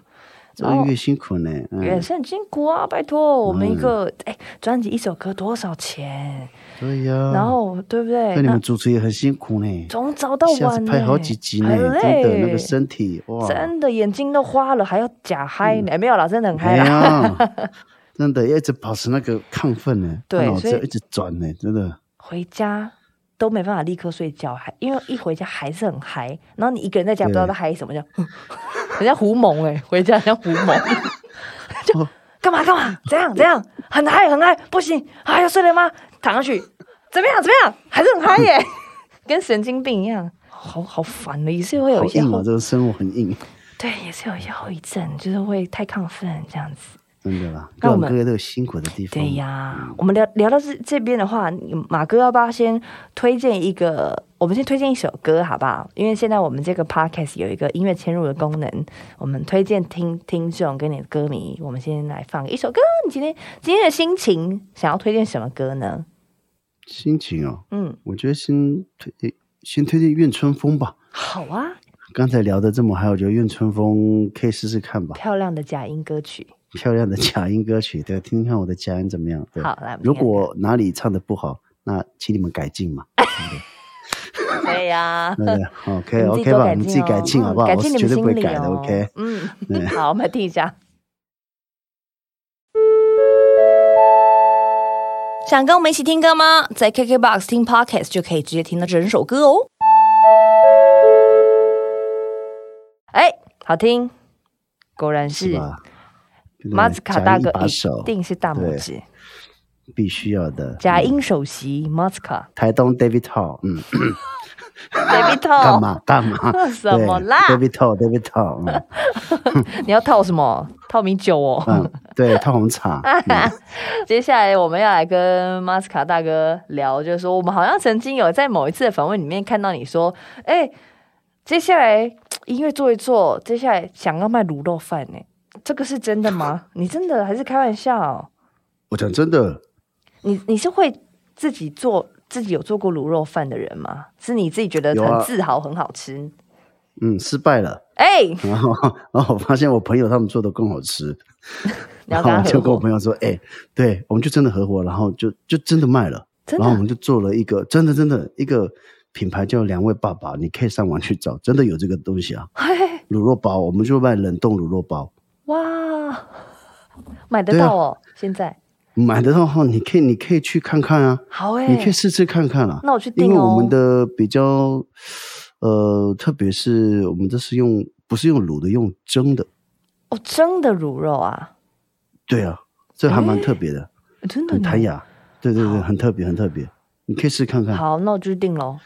A: 这
B: 然后
A: 个越辛苦呢，
B: 也
A: 嗯，
B: 是很辛苦啊，拜托，我们一个哎专辑一首歌多少钱？
A: 对呀，
B: 然后对不对？
A: 嗯那你
B: 那
A: 们主持也很辛苦呢，
B: 从早到
A: 下次
B: 晚呢，
A: 拍好几集呢，
B: 很
A: 真的
B: 累
A: 那个身体哇，
B: 真的眼睛都花了，还要假嗨呢？哎没有啦，真的很
A: 哎
B: 嗨啦。
A: 呀， 真的要一直保持那个亢奋呢，
B: 对
A: 他脑子
B: 所以
A: 一直转呢，真的，
B: 回家都没办法立刻睡觉，还因为一回家还是很嗨，然后你一个人在家不知道在嗨什 么，叫人家胡蒙哎、回家人家胡蒙， 就
A: 哦
B: 干嘛干嘛，怎样怎样，很嗨很嗨，不行，啊要睡了吗？躺下去，怎么样怎么样，还是很嗨耶、 跟神经病一样，好好烦哦的，也是会有
A: 好
B: 一些
A: 硬
B: 后、
A: 啊，这个生活很硬，
B: 对，也是有一些后遗症，就是会太亢奋这样子。
A: 真的啦，各
B: 那我
A: 行
B: 们
A: 各业都有辛苦的地方，
B: 对
A: 嗯
B: 呀，我们聊聊到这这边的话，你马哥要不要先推荐一个？我们先推荐一首歌好不好？因为现在我们这个 podcast 有一个音乐嵌入的功能，我们推荐听听众跟你的歌迷，我们先来放一首歌。你今天今天的心情想要推荐什么歌呢？
A: 心情哦，
B: 嗯，
A: 我觉得先推先推荐《愿春风》吧。
B: 好啊，
A: 刚才聊的这么嗨，我觉得《愿春风》可以试试看吧，
B: 漂亮的假音歌曲。
A: 漂亮的假音歌曲，对，听听看我的假音怎么样。对，
B: 好，来，我们
A: 如
B: 听看
A: 果哪里唱的不好，那请你们改进嘛。
B: 看对呀，
A: 对不 对，OK
B: 你自
A: OK
B: 己多
A: 吧，你们自己
B: 哦
A: 改进好不好？
B: 嗯改
A: 我
B: 进
A: 是
B: 你
A: 绝
B: 们
A: 对不
B: 心
A: 会
B: 里
A: 改的
B: 哦。
A: ，OK。
B: 嗯，
A: 对
B: 好，我们来听一下。想跟我们一起听歌吗？在 KKBOX 听 Podcast 就可以直接听到整首歌哦。哎，好听，果然
A: 是
B: 是
A: 吧？对
B: 马子卡
A: 假
B: 大
A: 音
B: 哥
A: 一把
B: 一
A: 手
B: 定是大拇
A: 对
B: 指，
A: 必须要的。
B: 假
A: 嗯
B: 音首席马子卡
A: 台东 David Hall，嗯，
B: ，baby
A: 干
B: talk，
A: 嘛干嘛？
B: 什哦么
A: 对
B: 啦？
A: ？David Hall，David Hall，嗯
B: 你要套什么？套米酒哦。
A: 嗯，对，套红 茶，嗯
B: 接下来我们要来跟马斯卡大哥聊，就是说我们好像曾经有在某一次的访问里面看到你说，哎、接下来音乐做一做，接下来想要卖卤肉饭呢、这个是真的吗？你真的还是开玩笑、哦
A: 我讲真的，
B: 你你是会自己做，自己有做过卤肉饭的人吗？是你自己觉得
A: 有啊
B: 很自豪，很好吃？
A: 嗯，失败了。
B: 哎、
A: 然后， 然后我发现我朋友他们做的更好吃，
B: 你要
A: 然
B: 跟
A: 后
B: 他
A: 我就
B: 合
A: 跟我
B: 伙，
A: 朋友说，哎、对，我们就真的合伙，然后就就真的卖了，
B: 真
A: 然后我
B: 的
A: 们就做了一个真的真的一个品牌叫两位爸爸，你可以上网去找，真的有这个东西啊，
B: 嘿
A: 卤肉包，我们就卖冷冻卤肉包，
B: 哇，买得
A: 对啊
B: 到哦，现在
A: 买得到后，你可以你可以去看看啊，
B: 好哎、
A: 你可以试试看看啊。
B: 那我去订哦。
A: 因为我们的比较，呃，特别是我们这是用不是用卤的，用蒸的。
B: 哦，蒸的卤肉啊，
A: 对啊，这还蛮特别的，
B: 哎真的
A: 很
B: 呢
A: 弹牙。对对对，很特别，很特别。你可以试看看，
B: 好，那我就定喽，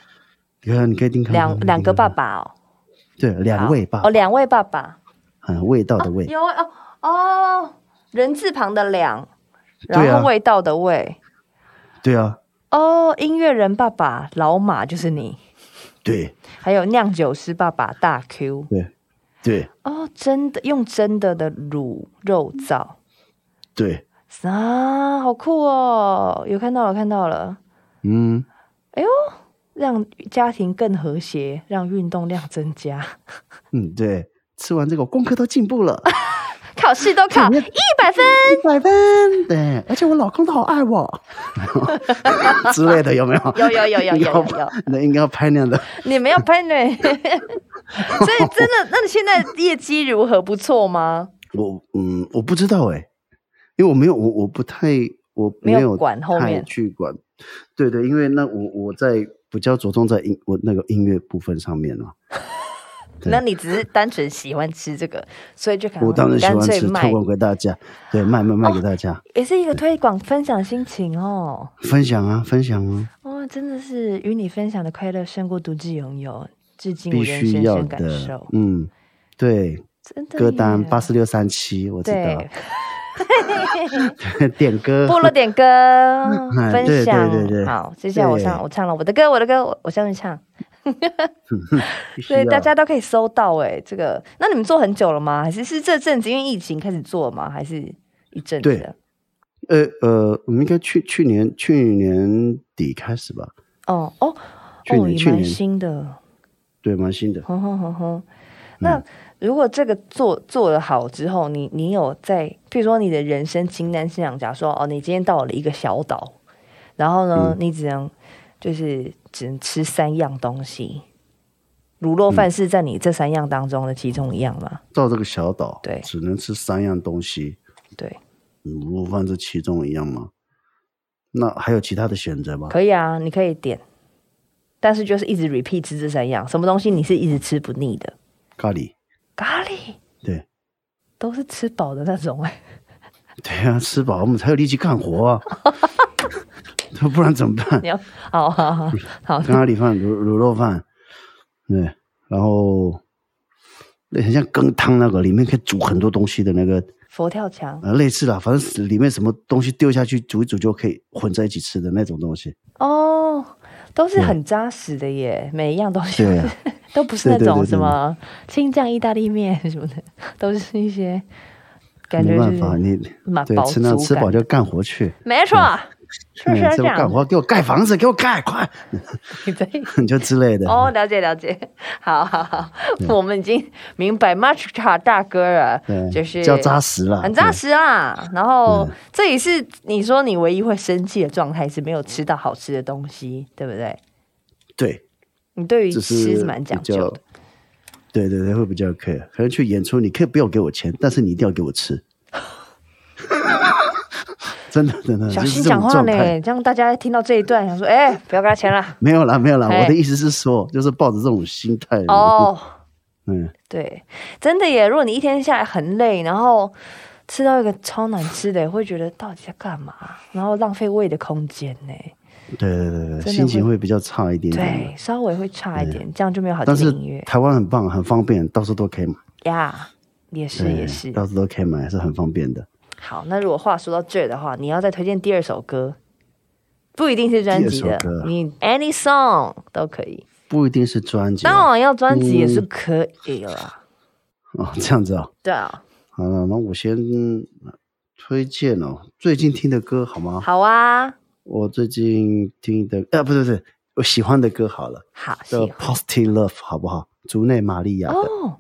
A: 你看你可以听看看
B: 两两个爸，爸哦，
A: 你可以看看对，两
B: 好
A: 位爸
B: 哦，
A: 爸，
B: 两位爸爸，
A: 嗯，味道的味，
B: 有哦哦，人字旁的两，
A: 对啊
B: 然后味道的味，
A: 对啊，
B: 哦，音乐人爸爸老马就是你，
A: 对
B: 还有酿酒师爸爸大 Q，
A: 对对
B: 哦，真的用真的的卤肉燥
A: 对，
B: 啊，好酷哦，有看到了，看到了。
A: 嗯，
B: 让家庭更和谐，让运动量增加，
A: 嗯，对，吃完这个我功课都进步了，
B: 考试都考
A: 你
B: 一百分。
A: 一百分，对，而且我老公都好爱我 之类的，有 没有？
B: 有有有有有有有，
A: 那应该要拍那样的。
B: 你们要喷 呢，所以真的，那你现在业绩如何？不错吗？
A: 我嗯，我不知道哎、因为我没有我我不太我
B: 没有
A: 有
B: 管后
A: 太
B: 面
A: 去管，对对，因为那我我在比较着重在音我那个音乐部分上面啊了、对
B: 那你只是单纯喜欢吃这个，所以就可
A: 我当
B: 能
A: 然喜
B: 干
A: 欢
B: 脆
A: 吃，
B: 卖
A: 推，广给大家，对，卖哦卖卖给大家、
B: 也是一个推广分享心情哦。
A: 分享啊，分享啊，
B: 哦，真的是与你分享的快乐胜过独自拥有，至今
A: 必
B: 我人
A: 须
B: 生
A: 要
B: 深感
A: 的
B: 受，。
A: 嗯，对，
B: 真的
A: 歌单
B: 耶
A: 八四六三七，我知
B: 对，
A: 道， 点歌，
B: 部落点歌
A: 哎
B: 分
A: 对对
B: 享，
A: 对对
B: 好，接下来我
A: 对
B: 唱，我唱了我的歌，我的歌，我我上去唱。
A: 必须
B: 所以
A: 要
B: 大家都可以搜到哎、这个。那你们做很久了吗？还是是这阵子因为疫情开始做吗？还是一阵子
A: 对
B: 的？
A: 呃呃，我们应该去去年去年底开始吧，
B: 哦哦
A: 去
B: 哦，
A: 年
B: 也
A: 去
B: 蛮
A: 年
B: 新的，
A: 对，蛮新的。
B: 哼哼哼哼。那
A: 嗯
B: 如果这个做做得好之后，你你有在，譬如说你的人生清单是想，假如说哦，你今天到了一个小岛，然后呢，
A: 嗯
B: 你只能就是只能吃三样东西，卤肉
A: 嗯
B: 饭是在你这三样当中的其中一样嘛？
A: 到这个小岛，
B: 对
A: 只能吃三样东西，
B: 对，
A: 卤肉饭是其中一样吗？那还有其他的选择吗？
B: 可以啊，你可以点，但是就是一直 repeat 吃这三样，什么东西你是一直吃不腻的？
A: 咖喱，
B: 咖喱
A: 对
B: 都是吃饱的那种哎、
A: 对啊，吃饱我们才有力气干活 啊，不然怎么办
B: 你？要好好好好，
A: 咖喱饭、卤卤肉饭，对，然后那很像羹汤那个，里面可以煮很多东西的那个，
B: 佛跳墙
A: 呃，类似啦，反正里面什么东西丢下去煮一煮就可以混在一起吃的那种东西。
B: 哦，都是很扎实的耶，每一样东西
A: 对啊
B: 都不是那
A: 对对对
B: 种
A: 对
B: 什么青酱意大利面什么的，都是一些感觉
A: 没
B: 就
A: 办法，
B: 是
A: 你
B: 蛮
A: 对
B: 饱
A: 吃那
B: 足
A: 吃
B: 感
A: 饱就干活去。
B: 没错，确
A: 嗯
B: 实是
A: 这
B: 这
A: 么干
B: 样。
A: 活，给我盖房子，给我盖，快！
B: 你对。
A: 就之类的。
B: 哦，了解了解，好好好，
A: 嗯
B: 我们已经明白 Matcha 大哥了
A: 对，，
B: 就是
A: 叫扎实了，
B: 很扎
A: 对。嗯
B: 实啊。然后这也是你说你唯一会生气的状态是没有吃到好吃的东西，对不对？
A: 对，
B: 你对于
A: 只
B: 吃
A: 是
B: 是蛮讲
A: 比
B: 究
A: 较
B: 的，
A: 对对对，会比较 care。可能去演出，你可以不要给我钱，但是你一定要给我吃。 真的真的，
B: 小
A: 就是
B: 心
A: 这
B: 讲
A: 种
B: 话
A: 状
B: 呢
A: 态。，
B: 这样大家听到这一段想说，哎、不要给他钱了。
A: 没有啦，没有啦，
B: 哎
A: 我的意思是说，就是抱着这种心态。
B: 哦，
A: 嗯，
B: 对，真的耶，如果你一天下来很累，然后吃到一个超难吃的，会觉得到底在干嘛？然后浪费胃的空间呢？
A: 对对对
B: 真的
A: 对，
B: 会
A: 心情会比较差一点点
B: 对
A: 的。，
B: 稍微会差一点，这样就没有好
A: 但
B: 听
A: 是
B: 音乐
A: 台湾很棒，很方便，到处都可以买。
B: 呀。也是
A: 对
B: 也是，
A: 到处都可以买，是很方便的。
B: 好。那如果话说到这儿的话，你要再推荐第二首歌，不一定是专辑的
A: 第二首，歌
B: 你 any song 都可以。
A: 不一定是专辑
B: 当
A: 啊
B: 然要专辑也是可以啦，
A: 哦， 这样子啊。
B: 对啊，
A: 好了，那我先推荐哦，最近听的歌好吗？
B: 好啊，
A: 我最近听的，呃，不是不是，我喜欢的歌好了，
B: 好喜
A: 叫《
B: 欢
A: Positive Love》，好不好？竹内玛利亚的，
B: 哦。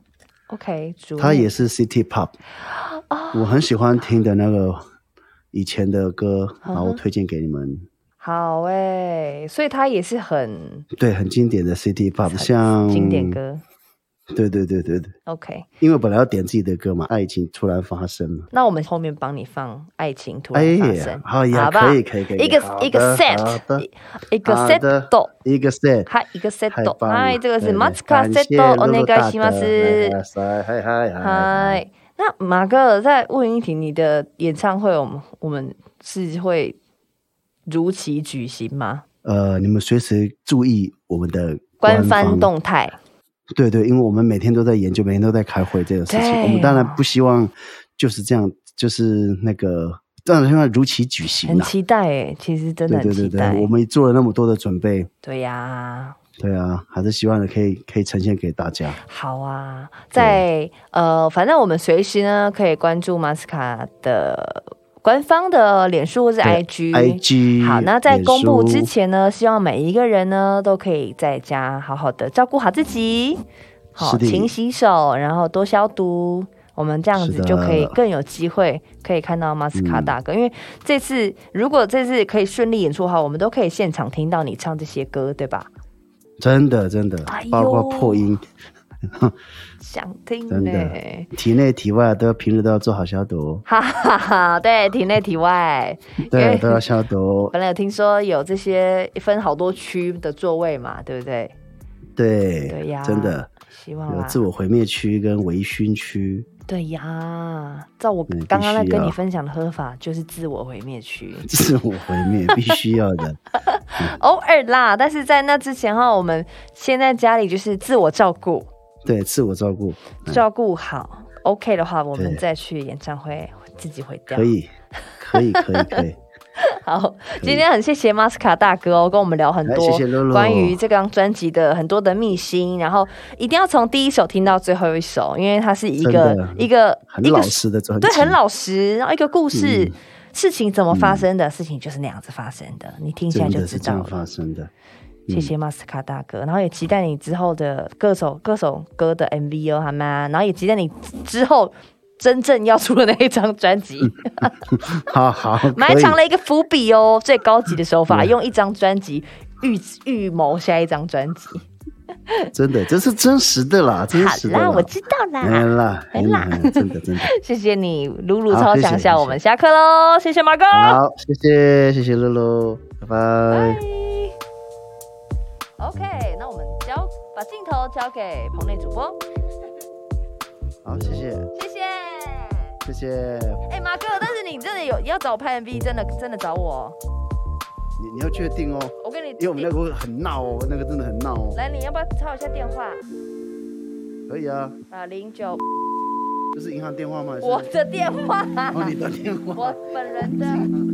B: OK，主
A: 她也
B: 力
A: 是 City Pop，、我
B: 哦
A: 很喜欢听的那个以前的歌，然
B: 嗯
A: 后推荐给你们。
B: 好哎、所以他也是很
A: 对，很经典的 City Pop，
B: 很
A: 像
B: 经典。歌。
A: 对对对对对，
B: OK，
A: 因为本来要点自己的歌嘛，爱情突然发生了。
B: 那我们后面帮你放《爱情突
A: 哎
B: 然发
A: 呀
B: 生》，
A: 好呀，
B: 好吧？
A: 可以可以可以，
B: 一个
A: 好
B: 一个
A: 的好的
B: set，一个
A: 好的
B: set，
A: 一个 set，
B: 嗨，一个
A: 太
B: set，
A: 棒了
B: 嗨，这个是
A: 对对
B: Matsuka
A: 哎感谢
B: set，お
A: 露
B: 願
A: 露
B: い
A: 大
B: しま
A: 德
B: す。
A: 哎嗨嗨嗨嗨，
B: 嗨，那马哥再问一题，你的演唱会我们我们是会如期举行吗？
A: 呃，你们随时注意我们的
B: 官方
A: 方，
B: 动态，
A: 对对，因为我们每天都在研究，每天都在开会这个事
B: 对
A: 情，我们当然不希望就是这样，就是那个当然希望如期举行
B: 很
A: 啦。
B: 期待哎，其实真的
A: 对
B: 很
A: 对
B: 期
A: 对
B: 待
A: 对，。我们做了那么多的准备，
B: 对呀、
A: 对啊，还是希望可以可以呈现给大家。
B: 好啊，在呃，反正我们随时呢可以关注马斯卡的官方的脸书或是
A: 对
B: IG。
A: IG
B: 好，那在
A: 脸
B: 公布之
A: 书
B: 前呢，希望每一个人呢都可以在家好好的照顾好自己，好，
A: 是的
B: 勤洗手，然后多消毒。我们这样
A: 是
B: 子
A: 的嗯
B: 就可以更有机会可以看到马斯卡大哥，因为这次如果这次可以顺利演出的话，我们都可以现场听到你唱这些歌，对吧？
A: 真的真的
B: 哎呦，
A: 包括破音，
B: 想听
A: 真
B: 呢、
A: 的体内体外都要平日都要做好消 毒，
B: 哈哈哈，对，体内体外，因为
A: 对，都要消 毒，
B: 本来有听说有这些分好多区的座位嘛，对不对？
A: 对，
B: 对呀，啊
A: 真的，
B: 希望
A: 有
B: 啦
A: 自，我毁灭区跟微醺区，
B: 对呀，照我
A: 嗯
B: 刚刚在
A: 必须
B: 跟
A: 要
B: 你分享的喝法，就是自我毁灭区，
A: 自我毁 灭必须要的。
B: 偶尔啦，但是在那之前哈，我们先在家里就是自我照顾，
A: 对，自我照顾
B: 照顾好，OK 的话，我们
A: 嗯对
B: 再去演唱会自己回掉
A: 可。以，可以，可以，可以。
B: 好，今天很谢谢马斯卡大哥哦，跟我们聊很
A: 哎
B: 多
A: 谢谢乐乐
B: 关于这张专辑的很多的秘辛，然后一定要从第一首听到最后一首，因为它是一个
A: 真的
B: 一个
A: 很
B: 一个
A: 老实的专辑，
B: 对，很老实，然后一个故事，
A: 嗯
B: 事情怎么发生的，事情就是那样子发生的，你听起来
A: 真
B: 就
A: 的
B: 知
A: 是这
B: 道
A: 样
B: 了。
A: 发嗯生的。
B: 谢谢马斯卡大哥，然后也期待你之后的各首各首歌的 MV 哦，好吗？然后也期待你之后真正要出的那一张专辑，
A: 好好，嗯
B: 埋
A: 可以嗯
B: 藏了一个伏笔哦。最高级的手法，用一张专辑预预谋下一张专辑。
A: 真的，这是真实的啦，真
B: 好
A: 实的
B: 啦，我知道
A: 哎
B: 啦，
A: 啦，哎啦，哎啦真的真的。
B: 谢谢你，露露
A: 好
B: 超
A: 谢谢
B: 强
A: 谢
B: 下，
A: 谢
B: 我们下课喽，谢谢马哥。
A: 好，谢谢谢谢乐乐，拜拜
B: OK，那我们交把镜头交给棚内主播，
A: 好，谢谢
B: 谢谢。
A: 谢谢。
B: 哎、马哥，但是你真的有要找拍 MV，真的真的找我，
A: 你你要确定哦，
B: 我跟你，
A: 因为我们那个会很闹哦，那个真的很闹哦。
B: 来，你要不要抄一下电话
A: 可以啊，
B: 啊？零九，
A: 这是银行电话吗？还是哦
B: 我的电话，
A: 哦，你的电话。
B: 我本人的。